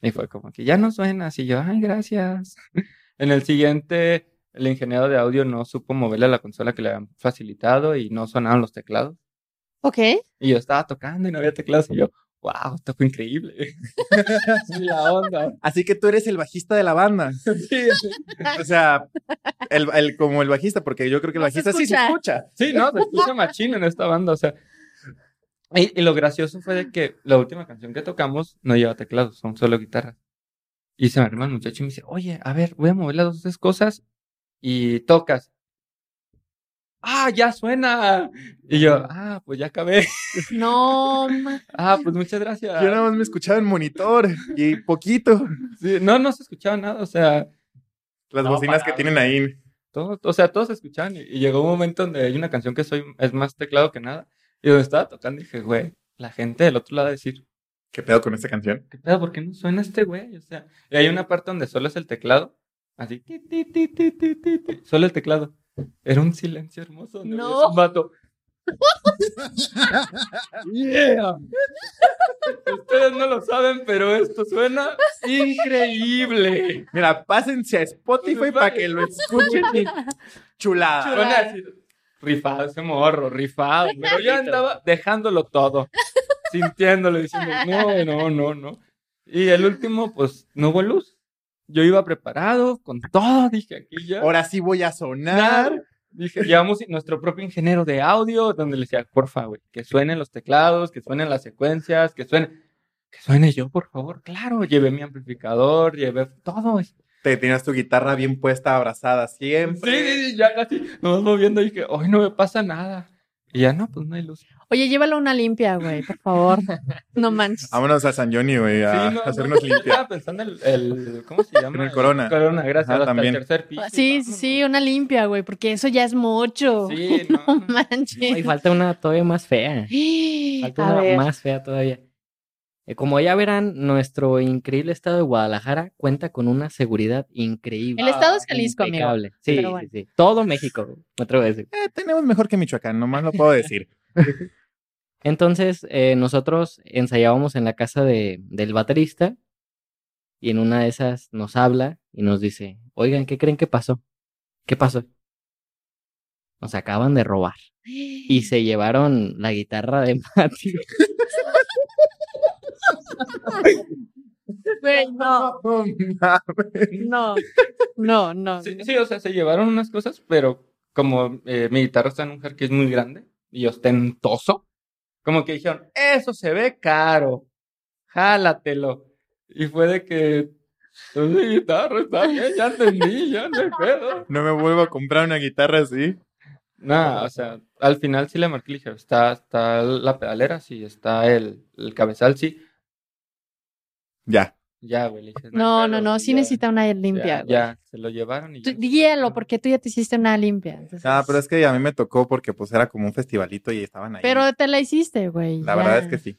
[SPEAKER 4] Y fue como que ya no suena, así yo, ay, gracias. En el siguiente, el ingeniero de audio no supo moverle a la consola que le habían facilitado y no sonaban los teclados.
[SPEAKER 1] Ok.
[SPEAKER 4] Y yo estaba tocando y no había teclados y yo, wow, esto fue increíble. Sí, la onda.
[SPEAKER 2] Así que tú eres el bajista de la banda.
[SPEAKER 4] Sí, sí.
[SPEAKER 2] O sea, el, el- como el bajista, porque yo creo que el
[SPEAKER 1] No se
[SPEAKER 2] bajista sí se escucha.
[SPEAKER 4] Sí, no, se escucha machín en esta banda, o sea. Y, y lo gracioso fue de que la última canción que tocamos no lleva teclados, son solo guitarras. Y se me arrima el muchacho y me dice, oye, a ver, voy a mover las dos tres cosas y tocas. ¡Ah, ya suena! Y yo, ah, pues ya acabé.
[SPEAKER 1] No, ma-
[SPEAKER 4] Ah, pues muchas gracias.
[SPEAKER 2] Yo nada más me escuchaba en monitor y poquito.
[SPEAKER 4] Sí, no, no se escuchaba nada, o sea,
[SPEAKER 2] Las
[SPEAKER 3] No,
[SPEAKER 2] bocinas que
[SPEAKER 3] para-
[SPEAKER 2] tienen ahí.
[SPEAKER 4] Todo, o sea, todos escuchaban y, y llegó un momento donde hay una canción que soy, es más teclado que nada. Y donde estaba tocando dije, güey, la gente del otro lado va a decir,
[SPEAKER 2] ¿Qué pedo con esta canción?
[SPEAKER 4] ¿qué pedo? ¿Por qué no suena este güey? O sea, y hay una parte donde solo es el teclado, así, ti, ti, ti, ti, ti, ti, ti, solo el teclado. Era un silencio hermoso. donde
[SPEAKER 1] No.
[SPEAKER 4] había un vato. Yeah. Ustedes no lo saben, pero esto suena increíble.
[SPEAKER 2] Mira, pásense a Spotify para que lo escuchen. y- Pues, Chulada.
[SPEAKER 4] Suena así, rifado ese morro, rifado. Pero yo andaba dejándolo todo, sintiéndolo, diciendo, no, no, no, no. Y el último, pues, no hubo luz. Yo iba preparado, con todo, dije, aquí ya.
[SPEAKER 2] Ahora sí voy a sonar.
[SPEAKER 4] Dije, llevamos nuestro propio ingeniero de audio, donde le decía, porfa, güey, que suenen los teclados, que suenen las secuencias, que suenen. que suene yo, por favor. Claro, llevé mi amplificador, llevé todo.
[SPEAKER 2] Te tenías tu guitarra bien puesta, abrazada siempre.
[SPEAKER 4] Sí, sí, sí, ya así, nomás moviendo y que hoy no me pasa nada. Y ya no, pues no hay luz.
[SPEAKER 1] Oye, llévala una limpia, güey, por favor. No manches.
[SPEAKER 2] Vámonos a San Johnny, güey, a
[SPEAKER 4] Sí, no, no,
[SPEAKER 2] hacernos
[SPEAKER 4] yo
[SPEAKER 2] limpias.
[SPEAKER 4] Estaba pensando en el, el- ¿cómo se llama?
[SPEAKER 2] el Corona.
[SPEAKER 4] Corona, gracias.
[SPEAKER 2] Ajá,
[SPEAKER 4] hasta
[SPEAKER 2] también.
[SPEAKER 4] el tercer piso.
[SPEAKER 1] Ah, Sí, sí, sí, una limpia, güey, porque eso ya es mucho.
[SPEAKER 4] Sí, no,
[SPEAKER 1] No
[SPEAKER 4] no.
[SPEAKER 3] No, y
[SPEAKER 1] manches.
[SPEAKER 3] falta una todavía más fea. Falta
[SPEAKER 1] A
[SPEAKER 3] una
[SPEAKER 1] ver.
[SPEAKER 3] más fea todavía. Eh, Como ya verán, nuestro increíble estado de Guadalajara cuenta con una seguridad increíble.
[SPEAKER 1] El estado es Jalisco, amigo.
[SPEAKER 3] Ah, Impecable. Sí,
[SPEAKER 1] Pero bueno.
[SPEAKER 3] sí, sí. Todo México, me atrevo a decir.
[SPEAKER 2] Eh, tenemos mejor que Michoacán, nomás lo puedo decir.
[SPEAKER 3] Entonces, eh, nosotros ensayábamos en la casa de, del baterista y en una de esas nos habla y nos dice, oigan, ¿qué creen que pasó? ¿Qué pasó? Nos acaban de robar y se llevaron la guitarra de Mati.
[SPEAKER 1] Güey, no, no, no, no.
[SPEAKER 4] Sí, sí, o sea, se llevaron unas cosas, pero como eh, mi guitarra está en un jerky muy grande y ostentoso, como que dijeron, eso se ve caro, jálatelo. Y fue de que, "Pues, mi guitarra está bien, ya entendí, ya no hay pedo.
[SPEAKER 2] No me vuelvo a comprar una guitarra así.
[SPEAKER 4] Nada, o sea, al final sí le marqué, le dije, está, está la pedalera, sí, está el, el cabezal, sí.
[SPEAKER 2] Ya.
[SPEAKER 4] Ya, güey, le dije.
[SPEAKER 1] No,
[SPEAKER 4] hay
[SPEAKER 1] no,
[SPEAKER 4] pedo,
[SPEAKER 1] no,
[SPEAKER 4] y
[SPEAKER 1] sí
[SPEAKER 4] ya,
[SPEAKER 1] necesita una limpia.
[SPEAKER 4] Ya,
[SPEAKER 1] güey.
[SPEAKER 4] ya, se lo llevaron y
[SPEAKER 1] Tú-
[SPEAKER 4] ya.
[SPEAKER 1] Hielo, porque tú ya te hiciste una limpia. entonces-
[SPEAKER 2] Ah, pero es que a mí me tocó porque pues era como un festivalito y estaban ahí.
[SPEAKER 1] Pero te la hiciste, güey.
[SPEAKER 2] la verdad
[SPEAKER 1] ya.
[SPEAKER 2] es que sí.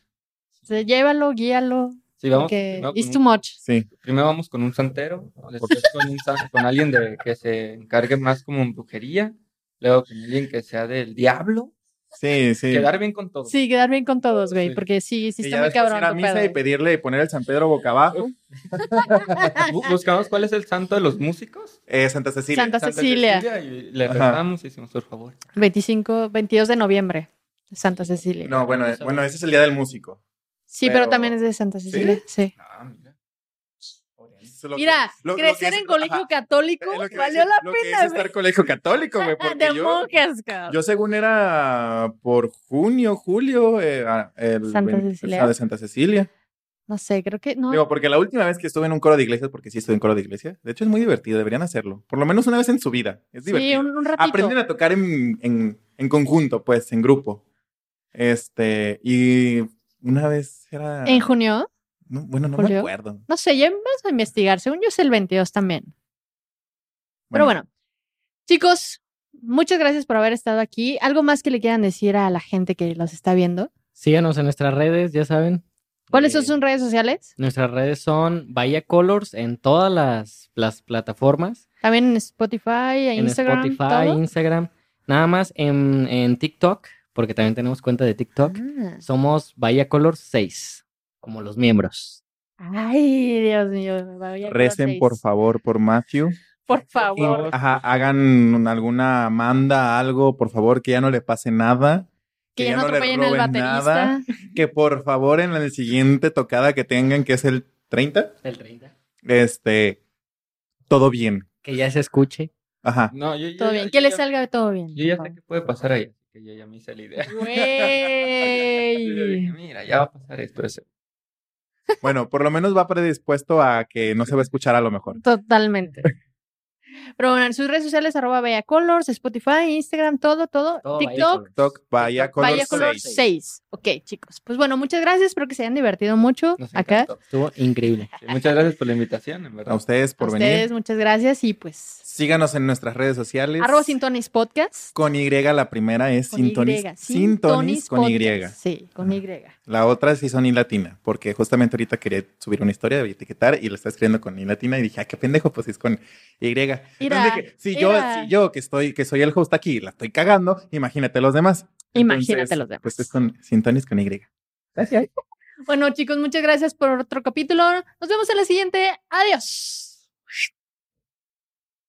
[SPEAKER 1] Se- Llévalo, guíalo.
[SPEAKER 4] Sí, vamos,
[SPEAKER 1] porque
[SPEAKER 4] primero con
[SPEAKER 1] it's
[SPEAKER 4] un-
[SPEAKER 1] too much.
[SPEAKER 2] Sí.
[SPEAKER 4] Primero vamos con un santero, después con, un san- con alguien de, que se encargue más como en brujería, luego con alguien que sea del diablo,
[SPEAKER 2] Sí, sí.
[SPEAKER 4] quedar bien con todo.
[SPEAKER 1] Sí, quedar bien con todos, güey,
[SPEAKER 4] Sí.
[SPEAKER 1] porque sí, sí
[SPEAKER 2] Y
[SPEAKER 1] está
[SPEAKER 2] ya
[SPEAKER 1] muy
[SPEAKER 2] después
[SPEAKER 1] cabrón.
[SPEAKER 2] ir a
[SPEAKER 1] tu
[SPEAKER 2] misa
[SPEAKER 1] pedo,
[SPEAKER 2] y
[SPEAKER 1] güey.
[SPEAKER 2] pedirle y poner el San Pedro boca abajo.
[SPEAKER 4] Bu- Buscamos cuál es el santo de los músicos.
[SPEAKER 2] Eh, Santa Cecilia.
[SPEAKER 1] Santa Cecilia.
[SPEAKER 4] y le
[SPEAKER 2] Ajá.
[SPEAKER 4] rezamos y hicimos por favor.
[SPEAKER 1] 25, 22 de noviembre, Santa Cecilia.
[SPEAKER 2] No, bueno, eh, bueno, ese es el día del músico.
[SPEAKER 1] sí, pero...
[SPEAKER 2] pero-
[SPEAKER 1] también es de Santa Cecilia, sí.
[SPEAKER 4] Ah, mira.
[SPEAKER 2] Eso es lo que-
[SPEAKER 1] Mira,
[SPEAKER 2] lo- lo
[SPEAKER 1] crecer
[SPEAKER 2] que es-
[SPEAKER 1] en colegio
[SPEAKER 2] ajá,
[SPEAKER 1] católico
[SPEAKER 2] es lo que
[SPEAKER 1] valió
[SPEAKER 2] es-
[SPEAKER 1] la
[SPEAKER 2] lo que
[SPEAKER 1] pena,
[SPEAKER 2] es
[SPEAKER 1] güey.
[SPEAKER 2] estar colegio católico, güey,
[SPEAKER 1] De
[SPEAKER 2] porque yo,
[SPEAKER 1] monjas, cabrón.
[SPEAKER 2] yo según era por junio, julio, eh, ah, el
[SPEAKER 1] Santa
[SPEAKER 2] vein-
[SPEAKER 1] Cecilia.
[SPEAKER 2] ah, de Santa Cecilia.
[SPEAKER 1] No sé, creo que no.
[SPEAKER 2] Digo, porque la última vez que estuve en un coro de iglesias, porque sí estuve en coro de iglesia, de hecho es muy divertido, deberían hacerlo. Por lo menos una vez en su vida. Es pues, divertido.
[SPEAKER 1] sí, un, un ratito.
[SPEAKER 2] Aprenden a tocar en, en- en conjunto, pues, en grupo. Este, y una vez era.
[SPEAKER 1] En junio,
[SPEAKER 2] no, bueno, no me
[SPEAKER 1] julio.
[SPEAKER 2] acuerdo.
[SPEAKER 1] no sé, ya vamos a investigar. Según yo es el 22 también. Pero bueno, chicos, muchas gracias por haber estado aquí. ¿Algo más que le quieran decir a la gente que los está viendo?
[SPEAKER 3] Síganos en nuestras redes, ya saben.
[SPEAKER 1] ¿Cuáles
[SPEAKER 3] Eh,
[SPEAKER 1] son sus redes sociales?
[SPEAKER 3] Nuestras redes son Bahía Colors en todas las, las plataformas.
[SPEAKER 1] También en Spotify, en,
[SPEAKER 3] en
[SPEAKER 1] Instagram.
[SPEAKER 3] Spotify,
[SPEAKER 1] todo.
[SPEAKER 3] Instagram. Nada más en, en TikTok, porque también tenemos cuenta de TikTok. Somos Bahía Colors 6, como los miembros.
[SPEAKER 1] Ah. Ay, Dios mío. me voy a quedar
[SPEAKER 2] Recen,
[SPEAKER 1] seis.
[SPEAKER 2] por favor, por Matthew.
[SPEAKER 1] Por
[SPEAKER 2] Y,
[SPEAKER 1] favor.
[SPEAKER 2] ajá, hagan alguna manda, algo, por favor, que ya no le pase nada.
[SPEAKER 1] Que ya no
[SPEAKER 2] le
[SPEAKER 1] atropellen al
[SPEAKER 2] roben
[SPEAKER 1] baterista.
[SPEAKER 2] nada. Que por favor, en la siguiente tocada que tengan, que es el 30,
[SPEAKER 3] El 30.
[SPEAKER 2] este, todo bien.
[SPEAKER 3] Que ya se escuche.
[SPEAKER 2] Ajá.
[SPEAKER 4] No, yo, yo-
[SPEAKER 1] Todo
[SPEAKER 4] yo-
[SPEAKER 1] bien.
[SPEAKER 4] yo
[SPEAKER 1] Que le
[SPEAKER 4] ya-
[SPEAKER 1] salga todo bien.
[SPEAKER 4] Yo ya
[SPEAKER 1] por
[SPEAKER 4] sé qué puede pasar ahí, así que yo ya me hice la idea.
[SPEAKER 1] favor.
[SPEAKER 4] Yo ya
[SPEAKER 1] Güey.
[SPEAKER 4] dije, Mira, ya va a pasar esto. ese".
[SPEAKER 2] Bueno, por lo menos va predispuesto a que no se va a escuchar a lo mejor.
[SPEAKER 1] Totalmente. Pero bueno, en sus redes sociales, arroba Bella Colors, Spotify, Instagram, todo, todo.
[SPEAKER 3] Todo Bahía
[SPEAKER 1] TikTok.
[SPEAKER 3] Colors.
[SPEAKER 2] TikTok, vaya
[SPEAKER 3] TikTok,
[SPEAKER 2] color,
[SPEAKER 1] Vaya color
[SPEAKER 2] seis.
[SPEAKER 1] 6. Ok, chicos. Pues bueno, muchas gracias. Espero que se hayan divertido mucho
[SPEAKER 4] Nos
[SPEAKER 1] acá.
[SPEAKER 4] encantó.
[SPEAKER 3] Estuvo increíble.
[SPEAKER 4] Sí, muchas gracias por la invitación, en
[SPEAKER 2] A
[SPEAKER 4] verdad.
[SPEAKER 2] ustedes por
[SPEAKER 1] a
[SPEAKER 2] venir.
[SPEAKER 1] ustedes, muchas gracias. Y pues,
[SPEAKER 2] Síganos en nuestras redes sociales.
[SPEAKER 1] arroba Sintonis Podcast.
[SPEAKER 2] Con Y la primera es
[SPEAKER 1] Con
[SPEAKER 2] Sintonis.
[SPEAKER 1] Y.
[SPEAKER 2] Sintonis con Y.
[SPEAKER 1] Podcast. Sí, con Y.
[SPEAKER 2] La otra sí son I latina, porque justamente ahorita quería subir una historia de etiquetar y la está escribiendo con I latina y dije, ah, qué pendejo, pues es con Y. Entonces
[SPEAKER 1] Mira,
[SPEAKER 2] dije, si yo,
[SPEAKER 1] mira.
[SPEAKER 2] si yo que estoy, que soy el host aquí, la estoy cagando, imagínate los demás.
[SPEAKER 1] Imagínate los demás.
[SPEAKER 2] Pues es con Sintonis con Y. Gracias.
[SPEAKER 1] Bueno, chicos, muchas gracias por otro capítulo. Nos vemos en la siguiente. Adiós.